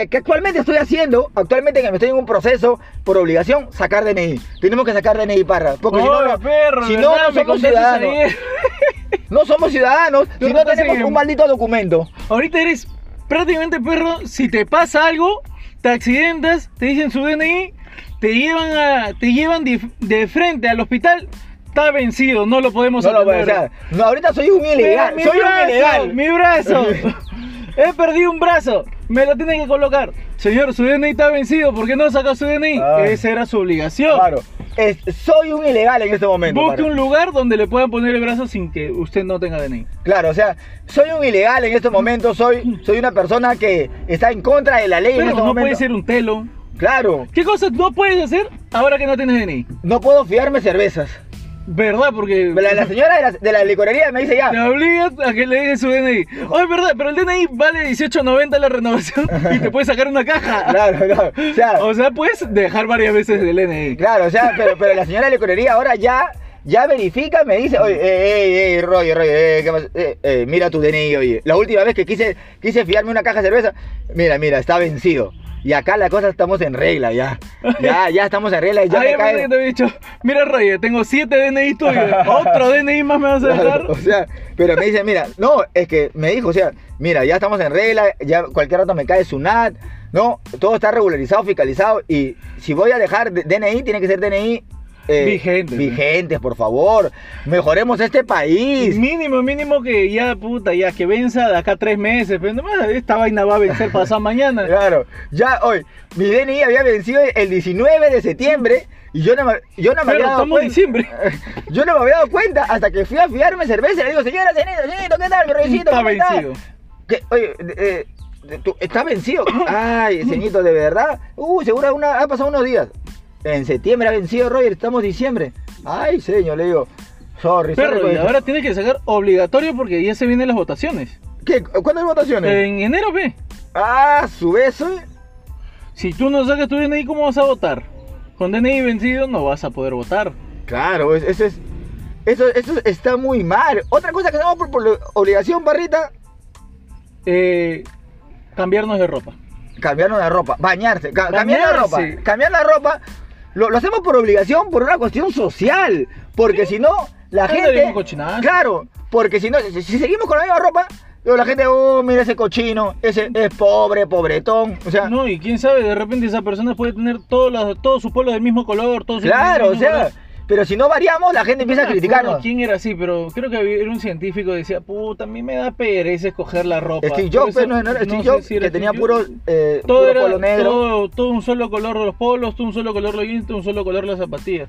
Speaker 2: a- y que actualmente estoy haciendo, actualmente que me estoy en un proceso por obligación, sacar DNI. Tenemos que sacar DNI, parra. Porque si no,
Speaker 1: Oye,
Speaker 2: no-
Speaker 1: perro,
Speaker 2: si no,
Speaker 1: ¿verdad?
Speaker 2: no
Speaker 1: Me
Speaker 2: somos
Speaker 1: contaste
Speaker 2: ciudadanos.
Speaker 1: ayer.
Speaker 2: No somos ciudadanos,
Speaker 1: Tú no
Speaker 2: si no
Speaker 1: estás
Speaker 2: tenemos
Speaker 1: en-
Speaker 2: un maldito documento.
Speaker 1: Ahorita eres prácticamente perro. Si te pasa algo, te accidentas, te dicen su DNI, te llevan, a, te llevan dif- de frente al hospital. Está vencido, no lo podemos
Speaker 2: No lo voy a
Speaker 1: atender.
Speaker 2: hacer. No, ahorita soy un
Speaker 1: Pero
Speaker 2: ilegal.
Speaker 1: mi
Speaker 2: Soy
Speaker 1: brazo,
Speaker 2: un ilegal.
Speaker 1: Mi brazo. He perdido un brazo. Me lo tienen que colocar. Señor, su DNI está vencido. ¿Por qué no saca su DNI?
Speaker 2: Ay.
Speaker 1: Esa era su obligación.
Speaker 2: Claro. Es- soy un ilegal en este momento.
Speaker 1: Busque
Speaker 2: Parra.
Speaker 1: un lugar donde le puedan poner el brazo sin que usted no tenga DNI.
Speaker 2: Claro, o sea, soy un ilegal en este momento. Soy, soy una persona que está en contra de la ley en
Speaker 1: Pero
Speaker 2: este
Speaker 1: no
Speaker 2: momento.
Speaker 1: puede ser un telo.
Speaker 2: Claro.
Speaker 1: ¿Qué cosas no puedes hacer ahora que no tienes DNI?
Speaker 2: No puedo fiarme cervezas.
Speaker 1: ¿Verdad? Porque
Speaker 2: La, la señora de la, de la licorería me dice ya.
Speaker 1: te obligas a que le dejes su DNI. Oye, ¿verdad? Pero el DNI vale 18.90 la renovación y te puedes sacar una caja.
Speaker 2: Claro, claro. O sea,
Speaker 1: O sea, puedes dejar varias veces el DNI.
Speaker 2: claro, o sea, pero, pero la señora de la licorería ahora ya ya verifica, me dice, oye, ey, ey, ey, Roger, Roger, eh, ¿qué pasa? Eh, eh, mira tu DNI, oye. La última vez que quise, quise fiarme una caja de cerveza, mira, mira, está vencido. Y acá la cosa estamos en regla, ya. Ya, ya estamos en regla, ya
Speaker 1: Ay,
Speaker 2: me
Speaker 1: yo pensé
Speaker 2: cae.
Speaker 1: que te había dicho, mira Roger, tengo 7 DNI tuyos, otro DNI más me vas a
Speaker 2: Claro,
Speaker 1: dejar.
Speaker 2: o sea, pero me dice, mira, no, es que me dijo, o sea, mira, ya estamos en regla, ya cualquier rato me cae SUNAT, no, todo está regularizado, fiscalizado, y si voy a dejar de- DNI, tiene que ser DNI eh,
Speaker 1: Vigente, ¿no?
Speaker 2: vigentes, por favor, mejoremos este país.
Speaker 1: Mínimo, mínimo que ya, puta, ya que venza de acá tres meses. Pero nomás esta vaina va a vencer pasado mañana.
Speaker 2: Claro, ya hoy, mi DNI había vencido el 19 de septiembre y yo no me, yo no me
Speaker 1: Pero
Speaker 2: había
Speaker 1: estamos
Speaker 2: dado
Speaker 1: en
Speaker 2: cuenta.
Speaker 1: diciembre.
Speaker 2: Yo no me había dado cuenta hasta que fui a fiarme cerveza y le digo, señora, señorita, señorita, ¿qué tal, mi rollito?
Speaker 1: Está
Speaker 2: ¿Cómo está?"
Speaker 1: vencido.
Speaker 2: ¿Qué? Oye, eh, eh, tú- está vencido. Ay, señorito, de verdad. Uh, seguro una, ha pasado unos días. En septiembre ha vencido Roger, estamos en diciembre. Ay, señor, le digo. Sorry, sorry,
Speaker 1: Perro, y
Speaker 2: pues.
Speaker 1: ahora tiene que sacar obligatorio porque ya se vienen las votaciones.
Speaker 2: ¿Qué? ¿Cuántas votaciones?
Speaker 1: En enero, ve.
Speaker 2: Ah, su beso.
Speaker 1: Si tú no sacas tu DNI, ¿cómo vas a votar? Con DNI vencido no vas a poder votar.
Speaker 2: Claro, es- eso es. Eso, eso está muy mal. Otra cosa que hacemos por, por lo- obligación, barrita,
Speaker 1: Eh, cambiarnos de ropa.
Speaker 2: cambiarnos la ropa, bañarse, ca- cambiar la ropa,
Speaker 1: Bañarse.
Speaker 2: cambiar la ropa, lo, lo hacemos por obligación, por una cuestión social, porque si no, la
Speaker 1: Anda bien
Speaker 2: gente,
Speaker 1: cochinazo.
Speaker 2: claro, porque si no, si, si seguimos con la misma ropa, luego la gente, oh, mira ese cochino, ese es pobre, pobretón, o sea,
Speaker 1: No, y quién sabe, de repente esa persona puede tener todos los- todos sus pueblos del mismo color, todos sus
Speaker 2: claro, o
Speaker 1: niños del mismo
Speaker 2: sea,
Speaker 1: color.
Speaker 2: pero si no variamos, la gente empieza a
Speaker 1: No me acuerdo
Speaker 2: criticarnos.
Speaker 1: ¿Quién era así? Pero creo que había- era un científico que decía, puta, a mí me da pereza escoger la ropa.
Speaker 2: Steve
Speaker 1: Por
Speaker 2: Jobs,
Speaker 1: eso,
Speaker 2: pues, no, no, era Steve
Speaker 1: sé
Speaker 2: Jobs,
Speaker 1: si era
Speaker 2: que
Speaker 1: Steve
Speaker 2: tenía
Speaker 1: Jobs.
Speaker 2: puro, eh,
Speaker 1: todo
Speaker 2: puro
Speaker 1: era,
Speaker 2: polo negro.
Speaker 1: Todo, todo un solo color de los polos, todo un solo color de los jeans, todo un solo color de las zapatillas.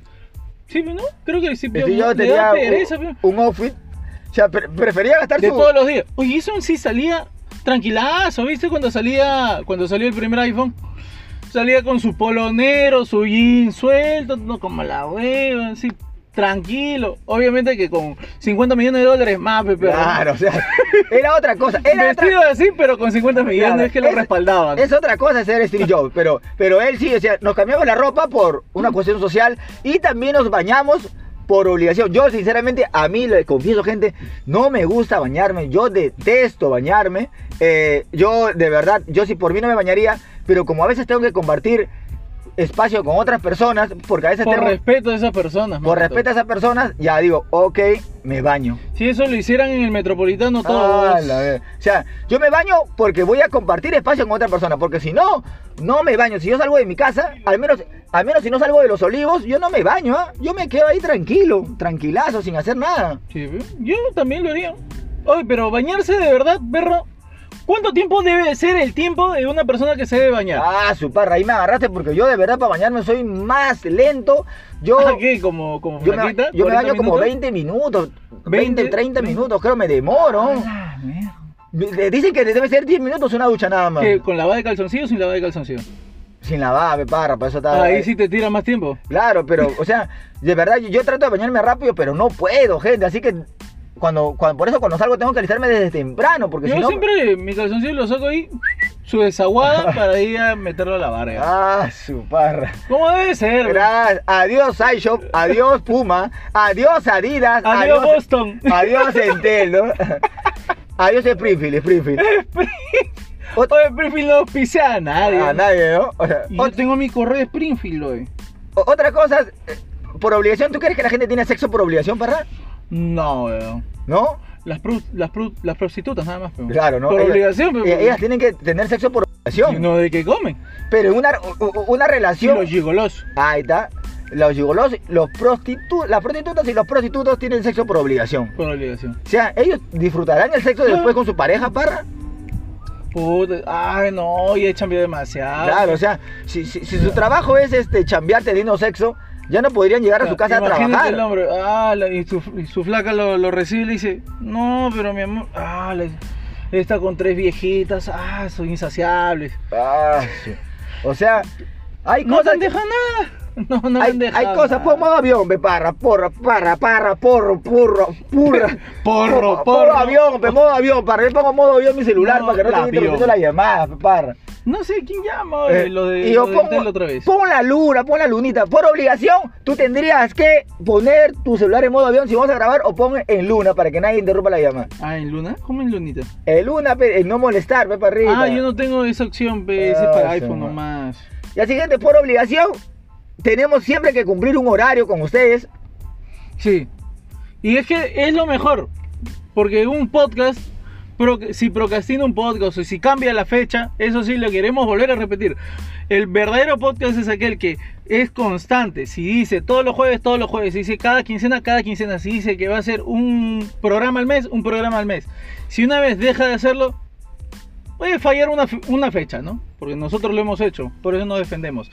Speaker 1: Sí, ¿no? Creo que sí,
Speaker 2: Steve Jobs
Speaker 1: le da
Speaker 2: tenía
Speaker 1: pereza, pe.
Speaker 2: un, un outfit, o sea, pre- prefería gastar
Speaker 1: De
Speaker 2: su...
Speaker 1: todos los días. Oye, eso en sí salía tranquilazo, ¿viste? Cuando salía, cuando salió el primer iPhone. Salía con su polo negro, su jean suelto, no como la hueva, así, tranquilo. Obviamente que con 50 millones de dólares más, pe, pero...
Speaker 2: Claro, o sea, era otra cosa. Era otra-
Speaker 1: Vestido así, pero con 50 millones
Speaker 2: Claro,
Speaker 1: es que lo
Speaker 2: es-
Speaker 1: respaldaban.
Speaker 2: Es otra cosa ser Steve Jobs, pero, pero él sí, o sea, nos cambiamos la ropa por una cuestión social y también nos bañamos por obligación. Yo, sinceramente, a mí, le confieso, gente, no me gusta bañarme. Yo detesto bañarme. Eh, yo, de verdad, yo si por mí no me bañaría, pero como a veces tengo que compartir espacio con otras personas, porque a veces
Speaker 1: Por
Speaker 2: tengo...
Speaker 1: respeto a esas personas. más
Speaker 2: por
Speaker 1: que todo.
Speaker 2: respeto a esas personas, ya digo, ok, me baño.
Speaker 1: Si eso lo hicieran en el Metropolitano, todo...
Speaker 2: Ah, la ver- O sea, yo me baño porque voy a compartir espacio con otra persona, porque si no, no me baño. Si yo salgo de mi casa, al menos, al menos si no salgo de los olivos, yo no me baño, ¿ah? yo me quedo ahí tranquilo, tranquilazo, sin hacer nada.
Speaker 1: Sí, pe. yo también lo haría. Oye, pero bañarse de verdad, perro. ¿Cuánto tiempo debe ser el tiempo de una persona que se debe bañar?
Speaker 2: Ah, su parra, ahí me agarraste porque yo de verdad para bañarme soy más lento. Yo,
Speaker 1: Ah, ¿qué? ¿Como, como
Speaker 2: yo, me,
Speaker 1: flaquita?
Speaker 2: yo me
Speaker 1: 40
Speaker 2: baño como
Speaker 1: minutos.
Speaker 2: 20 minutos, 20,
Speaker 1: 20,
Speaker 2: 30 minutos, creo me demoro.
Speaker 1: Ah, mierda.
Speaker 2: Me- Dicen que debe ser 10 minutos una ducha nada más.
Speaker 1: ¿Qué, ¿Con lavada de calzoncillo o sin lavada de calzoncillo?
Speaker 2: Sin lavar, parra, para eso está.
Speaker 1: Ahí sí te tira más tiempo.
Speaker 2: Claro, pero, o sea, de verdad, yo, yo trato de bañarme rápido, pero no puedo, gente. Así que, cuando, cuando por eso cuando salgo tengo que alistarme desde temprano, porque
Speaker 1: Yo
Speaker 2: si no... pues-
Speaker 1: siempre mi calzoncillo lo saco ahí, su desaguada, para ir a meterlo a la barra.
Speaker 2: Ah, su parra.
Speaker 1: ¿Cómo debe ser? pe?
Speaker 2: Gracias. Adiós, iShop. Adiós, Puma. Adiós, Adidas.
Speaker 1: Adiós, Boston.
Speaker 2: Adiós, Entel, ¿no? Adiós, Springfield, Springfield. Ot-
Speaker 1: Oye, Springfield no auspicia a nadie.
Speaker 2: A nadie, ¿no? O sea,
Speaker 1: Y
Speaker 2: ot-
Speaker 1: yo tengo mi correo de Springfield, oye.
Speaker 2: o- otra cosa, eh, por obligación, ¿tú crees que la gente tiene sexo por obligación, parra?
Speaker 1: No, weón.
Speaker 2: ¿No?
Speaker 1: Las, pru- las, pru- las prostitutas nada más, pero.
Speaker 2: Claro, ¿no?
Speaker 1: Por
Speaker 2: Ellas-
Speaker 1: obligación, pero.
Speaker 2: eh, Ellas tienen que tener sexo por obligación.
Speaker 1: No, de que comen.
Speaker 2: Pero en una, u- u- una
Speaker 1: Y
Speaker 2: relación.
Speaker 1: los gigolos.
Speaker 2: Ahí está. Los gigolos, los prostitu- las prostitutas y los prostitutos tienen sexo por obligación.
Speaker 1: Por obligación.
Speaker 2: O sea, ellos disfrutarán el sexo después con su pareja, parra.
Speaker 1: Puta, ay, no, y he cambiado demasiado.
Speaker 2: Claro, o sea, si, si- si su trabajo es este chambear teniendo sexo, ya no podrían llegar a su casa a
Speaker 1: Imagínate el
Speaker 2: trabajar.
Speaker 1: hombre, ah, la- y, su, y su flaca lo, lo recibe y le dice, no, pero mi amor, ah, la- está con tres viejitas, ah, son insaciables.
Speaker 2: Ah, sí. o sea, hay
Speaker 1: No
Speaker 2: cosas.
Speaker 1: te deja nada. No, no me
Speaker 2: hay,
Speaker 1: han dejado.
Speaker 2: hay cosas, pues modo avión, ve, parra, porra, parra, parra, porro, purro, purra.
Speaker 1: Porro,
Speaker 2: Modo-
Speaker 1: porro.
Speaker 2: avión, pe, modo avión, parra. Yo pongo modo avión en mi celular
Speaker 1: No,
Speaker 2: para que no
Speaker 1: la
Speaker 2: esté interrumpiendo
Speaker 1: avión.
Speaker 2: las llamadas, pe, parra.
Speaker 1: No sé quién llama, oye,
Speaker 2: Eh,
Speaker 1: lo de,
Speaker 2: y yo
Speaker 1: lo de
Speaker 2: pongo,
Speaker 1: Intel otra vez.
Speaker 2: pon la luna, pon la lunita. Por obligación, tú tendrías que poner tu celular en modo avión si vamos a grabar o pon en luna para que nadie interrumpa la llamada.
Speaker 1: Ah, ¿en Luna? ¿Cómo en Lunita?
Speaker 2: En luna, pe, en no molestar, pe, parrita.
Speaker 1: Ah, yo no tengo esa opción, pe, ese es para
Speaker 2: Ah,
Speaker 1: iPhone
Speaker 2: sí,
Speaker 1: nomás.
Speaker 2: Y así, gente, por obligación, tenemos siempre que cumplir un horario con ustedes.
Speaker 1: Sí. Y es que es lo mejor. Porque un podcast, pro- si procrastina un podcast o si cambia la fecha, eso sí lo queremos volver a repetir. El verdadero podcast es aquel que es constante. Si dice todos los jueves, todos los jueves. Si dice cada quincena, cada quincena. Si dice que va a ser un programa al mes, un programa al mes. Si una vez deja de hacerlo, puede fallar una, fe- una fecha, ¿no? Porque nosotros lo hemos hecho. Por eso nos defendemos.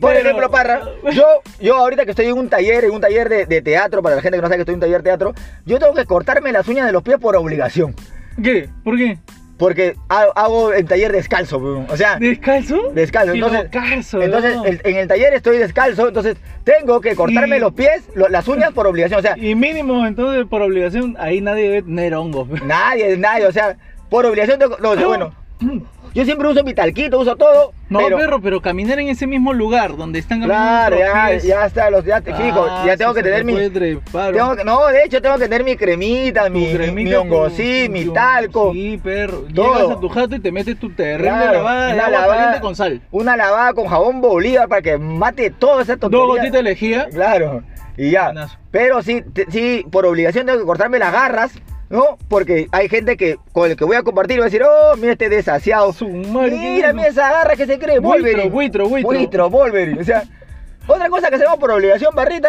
Speaker 2: Por
Speaker 1: Pero-
Speaker 2: ejemplo, Parra, yo, yo ahorita que estoy en un taller, en un taller de, de teatro, para la gente que no sabe que estoy en un taller de teatro, yo tengo que cortarme las uñas de los pies por obligación.
Speaker 1: ¿Qué? ¿Por qué?
Speaker 2: Porque ha- hago el taller descalzo, weón. o sea,
Speaker 1: ¿Descalzo?
Speaker 2: descalzo.
Speaker 1: Sí,
Speaker 2: Entonces,
Speaker 1: descalzo,
Speaker 2: entonces
Speaker 1: ¿no?
Speaker 2: el- en el taller estoy descalzo, entonces tengo que cortarme
Speaker 1: Y-
Speaker 2: los pies, lo- las uñas por obligación. O sea,
Speaker 1: Y mínimo, entonces, por obligación, ahí nadie debe tener hongos. pe.
Speaker 2: nadie, nadie, o sea, por obligación tengo... No, o sea, bueno, yo siempre uso mi talquito, uso todo,
Speaker 1: No,
Speaker 2: pero...
Speaker 1: perro, pero caminar en ese mismo lugar donde están caminando
Speaker 2: Claro,
Speaker 1: los
Speaker 2: ya,
Speaker 1: pies.
Speaker 2: ya está, los, ya, chicos,
Speaker 1: Ah,
Speaker 2: ya tengo
Speaker 1: sí
Speaker 2: que
Speaker 1: se
Speaker 2: tener
Speaker 1: te
Speaker 2: mi...
Speaker 1: puede trepar,
Speaker 2: Tengo que- no, de hecho tengo que tener mi cremita,
Speaker 1: tu
Speaker 2: mi, mi,
Speaker 1: cremita,
Speaker 2: mi hongosí,
Speaker 1: tu-
Speaker 2: mi
Speaker 1: tu
Speaker 2: talco.
Speaker 1: Sí, perro.
Speaker 2: todo.
Speaker 1: Llegas a tu jato y te metes tu terrible
Speaker 2: Claro,
Speaker 1: lavada de
Speaker 2: una
Speaker 1: agua
Speaker 2: lavada-
Speaker 1: caliente con sal.
Speaker 2: Una lavada con jabón Bolívar para que mate toda esa tontería.
Speaker 1: Dos gotitas de lejía.
Speaker 2: Claro, y ya.
Speaker 1: Buenazo.
Speaker 2: Pero sí, te- sí, por obligación tengo que cortarme las garras, ¿no? Porque hay gente que con el que voy a compartir va a decir, oh, mira este desasiado.
Speaker 1: Su madre, qué
Speaker 2: mira,
Speaker 1: bueno.
Speaker 2: mira esa garra que se cree,
Speaker 1: Buitro,
Speaker 2: Wolverine.
Speaker 1: buitro, buitro.
Speaker 2: Buitro, Wolverine. O sea, otra cosa que hacemos por obligación, barrita.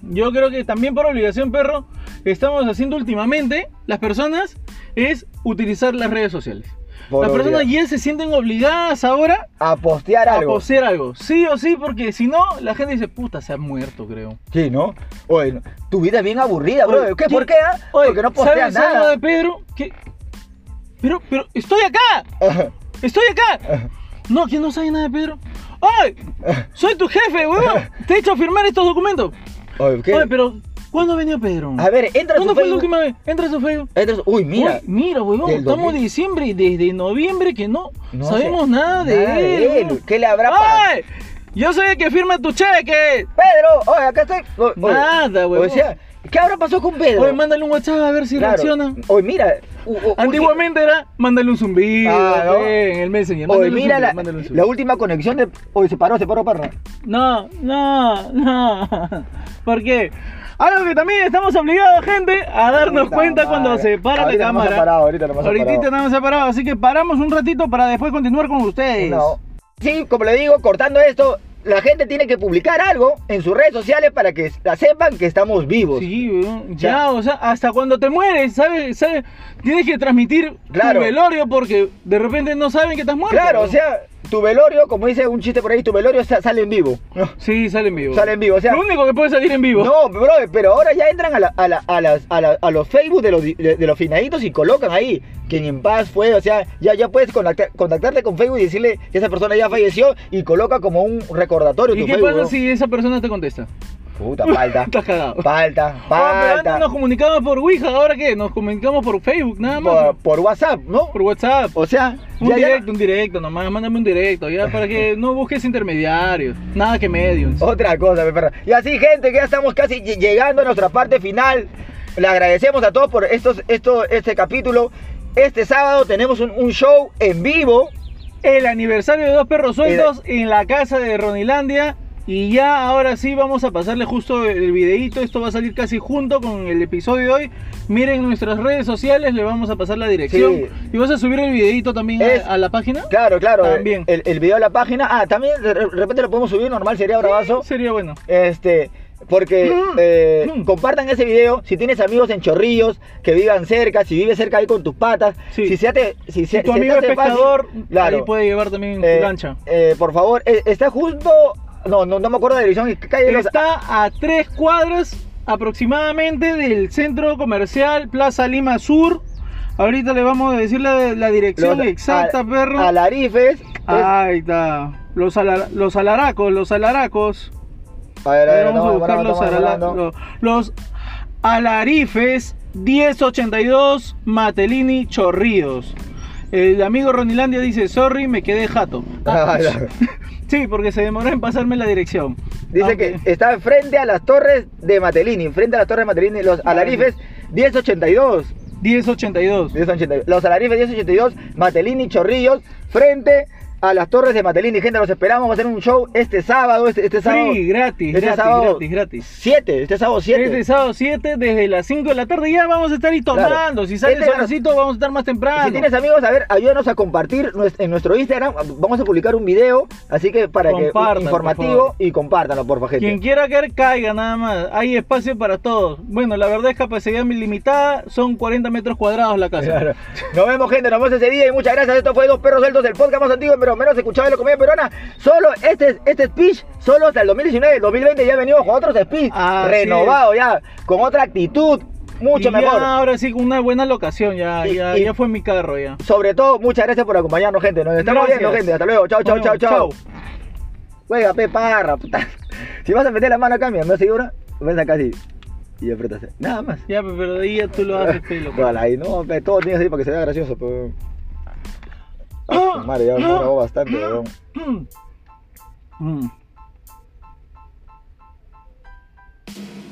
Speaker 1: Yo creo que también por obligación, perro, estamos haciendo últimamente las personas es utilizar las redes sociales.
Speaker 2: Por
Speaker 1: las personas
Speaker 2: obligación.
Speaker 1: ya se sienten obligadas ahora
Speaker 2: A postear
Speaker 1: a
Speaker 2: algo.
Speaker 1: poseer algo. Sí o sí, porque si no, la gente dice, puta, se ha muerto, creo.
Speaker 2: Sí, ¿no? Oye, no, tu vida es bien aburrida, bro. ¿Qué?
Speaker 1: Oye,
Speaker 2: ¿Por
Speaker 1: yo-
Speaker 2: qué? ah?
Speaker 1: oye,
Speaker 2: Porque no posteas
Speaker 1: ¿sabes algo
Speaker 2: nada.
Speaker 1: de Pedro? Que... Pero, pero, estoy acá, estoy acá. No, que no sabe nada de Pedro. ¡Ay! Soy tu jefe, huevón. Te he hecho firmar estos documentos.
Speaker 2: Oye, ¿qué?
Speaker 1: Oye, pero, ¿cuándo ha venido Pedro?
Speaker 2: A ver, entra a su
Speaker 1: ¿Cuándo fue la
Speaker 2: Facebook.
Speaker 1: última vez? Entra a su Facebook.
Speaker 2: Entra a su- Uy,
Speaker 1: Uy,
Speaker 2: mira.
Speaker 1: mira, huevón,
Speaker 2: del
Speaker 1: estamos
Speaker 2: 2000.
Speaker 1: en diciembre y desde noviembre que no,
Speaker 2: No
Speaker 1: sabemos
Speaker 2: sé,
Speaker 1: nada de
Speaker 2: nada de
Speaker 1: él.
Speaker 2: él.
Speaker 1: huevón.
Speaker 2: ¿Qué le habrá pasado?
Speaker 1: ¡Ay! Yo soy el que firma tu cheque.
Speaker 2: Pedro, oye, acá estoy. O- oye,
Speaker 1: Nada, huevón.
Speaker 2: O sea, ¿qué habrá pasado con Pedro?
Speaker 1: Oye, mándale un WhatsApp a ver si
Speaker 2: Claro.
Speaker 1: reacciona.
Speaker 2: Oye, mira. u- u-
Speaker 1: Antiguamente era, mándale un zumbido
Speaker 2: Ah, ¿no?
Speaker 1: pe, en el Messenger.
Speaker 2: ulti- Oye,
Speaker 1: Mándale un
Speaker 2: mira
Speaker 1: zumbido,
Speaker 2: la,
Speaker 1: mándale un
Speaker 2: la
Speaker 1: zumbido.
Speaker 2: última conexión de. Oye, se paró, se paró, parra.
Speaker 1: No, no, no. ¿Por qué? Algo que también estamos obligados, gente, a darnos
Speaker 2: Puta
Speaker 1: cuenta cuando
Speaker 2: madre.
Speaker 1: se para la
Speaker 2: Ahorita no hemos
Speaker 1: cámara.
Speaker 2: parado, ahorita no hemos
Speaker 1: Ahorita
Speaker 2: parado.
Speaker 1: no hemos separado, así que paramos un ratito para después continuar con ustedes.
Speaker 2: No. Sí, como le digo, cortando esto, la gente tiene que publicar algo en sus redes sociales para que la sepan que estamos vivos.
Speaker 1: Sí, weón.
Speaker 2: Ya.
Speaker 1: ya, o sea, hasta cuando te mueres, ¿sabes? ¿sabes? Tienes que transmitir
Speaker 2: Claro.
Speaker 1: tu velorio porque de repente no saben que estás muerto.
Speaker 2: Claro, o
Speaker 1: weón.
Speaker 2: sea, tu velorio, como dice un chiste por ahí, tu velorio sa- sale en vivo.
Speaker 1: Sí, sale en vivo.
Speaker 2: Sale en vivo, o sea-
Speaker 1: Lo único que puede salir en vivo.
Speaker 2: No, bro, pero ahora ya entran a, la- a la- a las- a la- a los Facebook de los, di- de, de los finaditos y colocan ahí quien en paz fue, o sea, ya, ya puedes contacta- contactarte con Facebook y decirle que esa persona ya falleció y coloca como un recordatorio
Speaker 1: ¿Y
Speaker 2: tu
Speaker 1: qué
Speaker 2: Facebook.
Speaker 1: pasa
Speaker 2: bro.
Speaker 1: si esa persona te contesta?
Speaker 2: Puta, falta.
Speaker 1: Estás cagado.
Speaker 2: falta,
Speaker 1: Ah, pero antes
Speaker 2: falta.
Speaker 1: nos comunicábamos por Ouija, ¿ahora qué? Nos comunicamos por Facebook, nada más.
Speaker 2: por,
Speaker 1: ¿no?
Speaker 2: por WhatsApp, ¿no?
Speaker 1: Por WhatsApp.
Speaker 2: O sea,
Speaker 1: Un
Speaker 2: ya- ya-
Speaker 1: directo, un directo, nomás, mándame un directo, ya, para que no busques intermediarios, nada que mediums.
Speaker 2: Otra cosa, mi perra. Y así, gente, que ya estamos casi lle- llegando a nuestra parte final. Le agradecemos a todos por estos, esto, este capítulo. Este sábado tenemos un, un show en vivo.
Speaker 1: El aniversario de dos
Speaker 2: Eh,
Speaker 1: perros sueltos en la casa de Ronilandia. Y ya ahora sí vamos a pasarle justo el videito. Esto va a salir casi junto con el episodio de hoy. Miren nuestras redes sociales, le vamos a pasar la dirección.
Speaker 2: Sí.
Speaker 1: Y vas a subir el videito también a-
Speaker 2: Es-
Speaker 1: a, la página.
Speaker 2: Claro, claro.
Speaker 1: También.
Speaker 2: El, el video de la página. Ah, también de re- repente lo podemos subir normal, sería bravazo.
Speaker 1: Sería bueno.
Speaker 2: Este. Porque
Speaker 1: Mm.
Speaker 2: eh,
Speaker 1: Mm.
Speaker 2: compartan ese video si tienes amigos en chorrillos que vivan cerca, si vives cerca ahí con tus patas,
Speaker 1: Sí.
Speaker 2: si se te, si se,
Speaker 1: Si tu
Speaker 2: se te
Speaker 1: amigo es
Speaker 2: hace fácil-
Speaker 1: pescador,
Speaker 2: claro.
Speaker 1: ahí puede llevar también
Speaker 2: Eh,
Speaker 1: su lancha.
Speaker 2: eh, por favor, eh, está justo. No, no, no me acuerdo de la dirección. ¿qué calle es?
Speaker 1: Está a tres cuadras aproximadamente del centro comercial Plaza Lima Sur. Ahorita le vamos a decir la, la dirección
Speaker 2: Los-
Speaker 1: exacta,
Speaker 2: al-
Speaker 1: perro. Ah,
Speaker 2: Alarifes. es-
Speaker 1: Ahí está. Los, ala- los alaracos, los alaracos.
Speaker 2: A ver, a ver,
Speaker 1: vamos a
Speaker 2: estamos
Speaker 1: buscar
Speaker 2: hablando,
Speaker 1: los,
Speaker 2: estamos
Speaker 1: arala-
Speaker 2: hablando.
Speaker 1: los- los alarifes 1082 Matelini Chorríos. El amigo Ronilandia dice, sorry, me quedé jato.
Speaker 2: Ah, ya.
Speaker 1: Sí, porque se demoró en pasarme la dirección.
Speaker 2: Dice
Speaker 1: Aunque-
Speaker 2: que está frente a las torres de Matelini, frente a las torres de Matelini, los alarifes 1082.
Speaker 1: 1082.
Speaker 2: 1082. Los alarifes 1082, Matelini, Chorrillos, frente a las torres de Matelini. Gente, los esperamos. Va a ser un show este sábado, este, este sábado.
Speaker 1: Free, gratis,
Speaker 2: este
Speaker 1: gratis,
Speaker 2: sábado-
Speaker 1: gratis, gratis.
Speaker 2: 7, este sábado 7.
Speaker 1: Este sábado 7, desde las 5 de la tarde ya vamos a estar ahí tomando. Si sale
Speaker 2: Este-
Speaker 1: solecito, vamos a estar más
Speaker 2: Y
Speaker 1: temprano.
Speaker 2: Si Ah, tienes amigos, a ver, ayúdanos a compartir nues- en nuestro Instagram. Vamos a publicar un video, así que para
Speaker 1: Compartan,
Speaker 2: que
Speaker 1: por
Speaker 2: informativo
Speaker 1: favor.
Speaker 2: y compártanlo, porfa, gente.
Speaker 1: Quien quiera caer, caiga nada más. Hay espacio para todos. Bueno, la verdad es capacidad limitada. Son 40 metros cuadrados la casa.
Speaker 2: Claro. Nos vemos, gente. Nos vemos ese día. Y muchas gracias. Esto fue Dos Perros Sueltos, el podcast más antiguo, pero menos escuchado de la comedia peruana. Solo este, este speech, solo hasta el 2019. El 2020 ya venimos con otros speech
Speaker 1: Así
Speaker 2: renovado ya, con otra actitud, mucho
Speaker 1: Y ya,
Speaker 2: mejor.
Speaker 1: ahora sí, una buena locación. Ya,
Speaker 2: Y-
Speaker 1: ya,
Speaker 2: y-
Speaker 1: ya fue mi carro ya.
Speaker 2: Sobre todo, muchas gracias por acompañarnos, gente. Nos estamos
Speaker 1: Gracias.
Speaker 2: viendo, gente. Hasta luego. Chao, chao,
Speaker 1: Nos
Speaker 2: chao,
Speaker 1: vemos.
Speaker 2: chao. Juega, pe, parra, puta. Si vas a meter la mano acá, mira, me hace una, ves acá así. Y apretas. Nada más.
Speaker 1: Ya, pe, pero de ahí ya tú lo haces pelo.
Speaker 2: Vale, ahí no, pe, todo tiene que ser para que se vea gracioso, pero. Madre,
Speaker 1: Ah,
Speaker 2: ya lo grabó bastante, weón.
Speaker 1: Mm.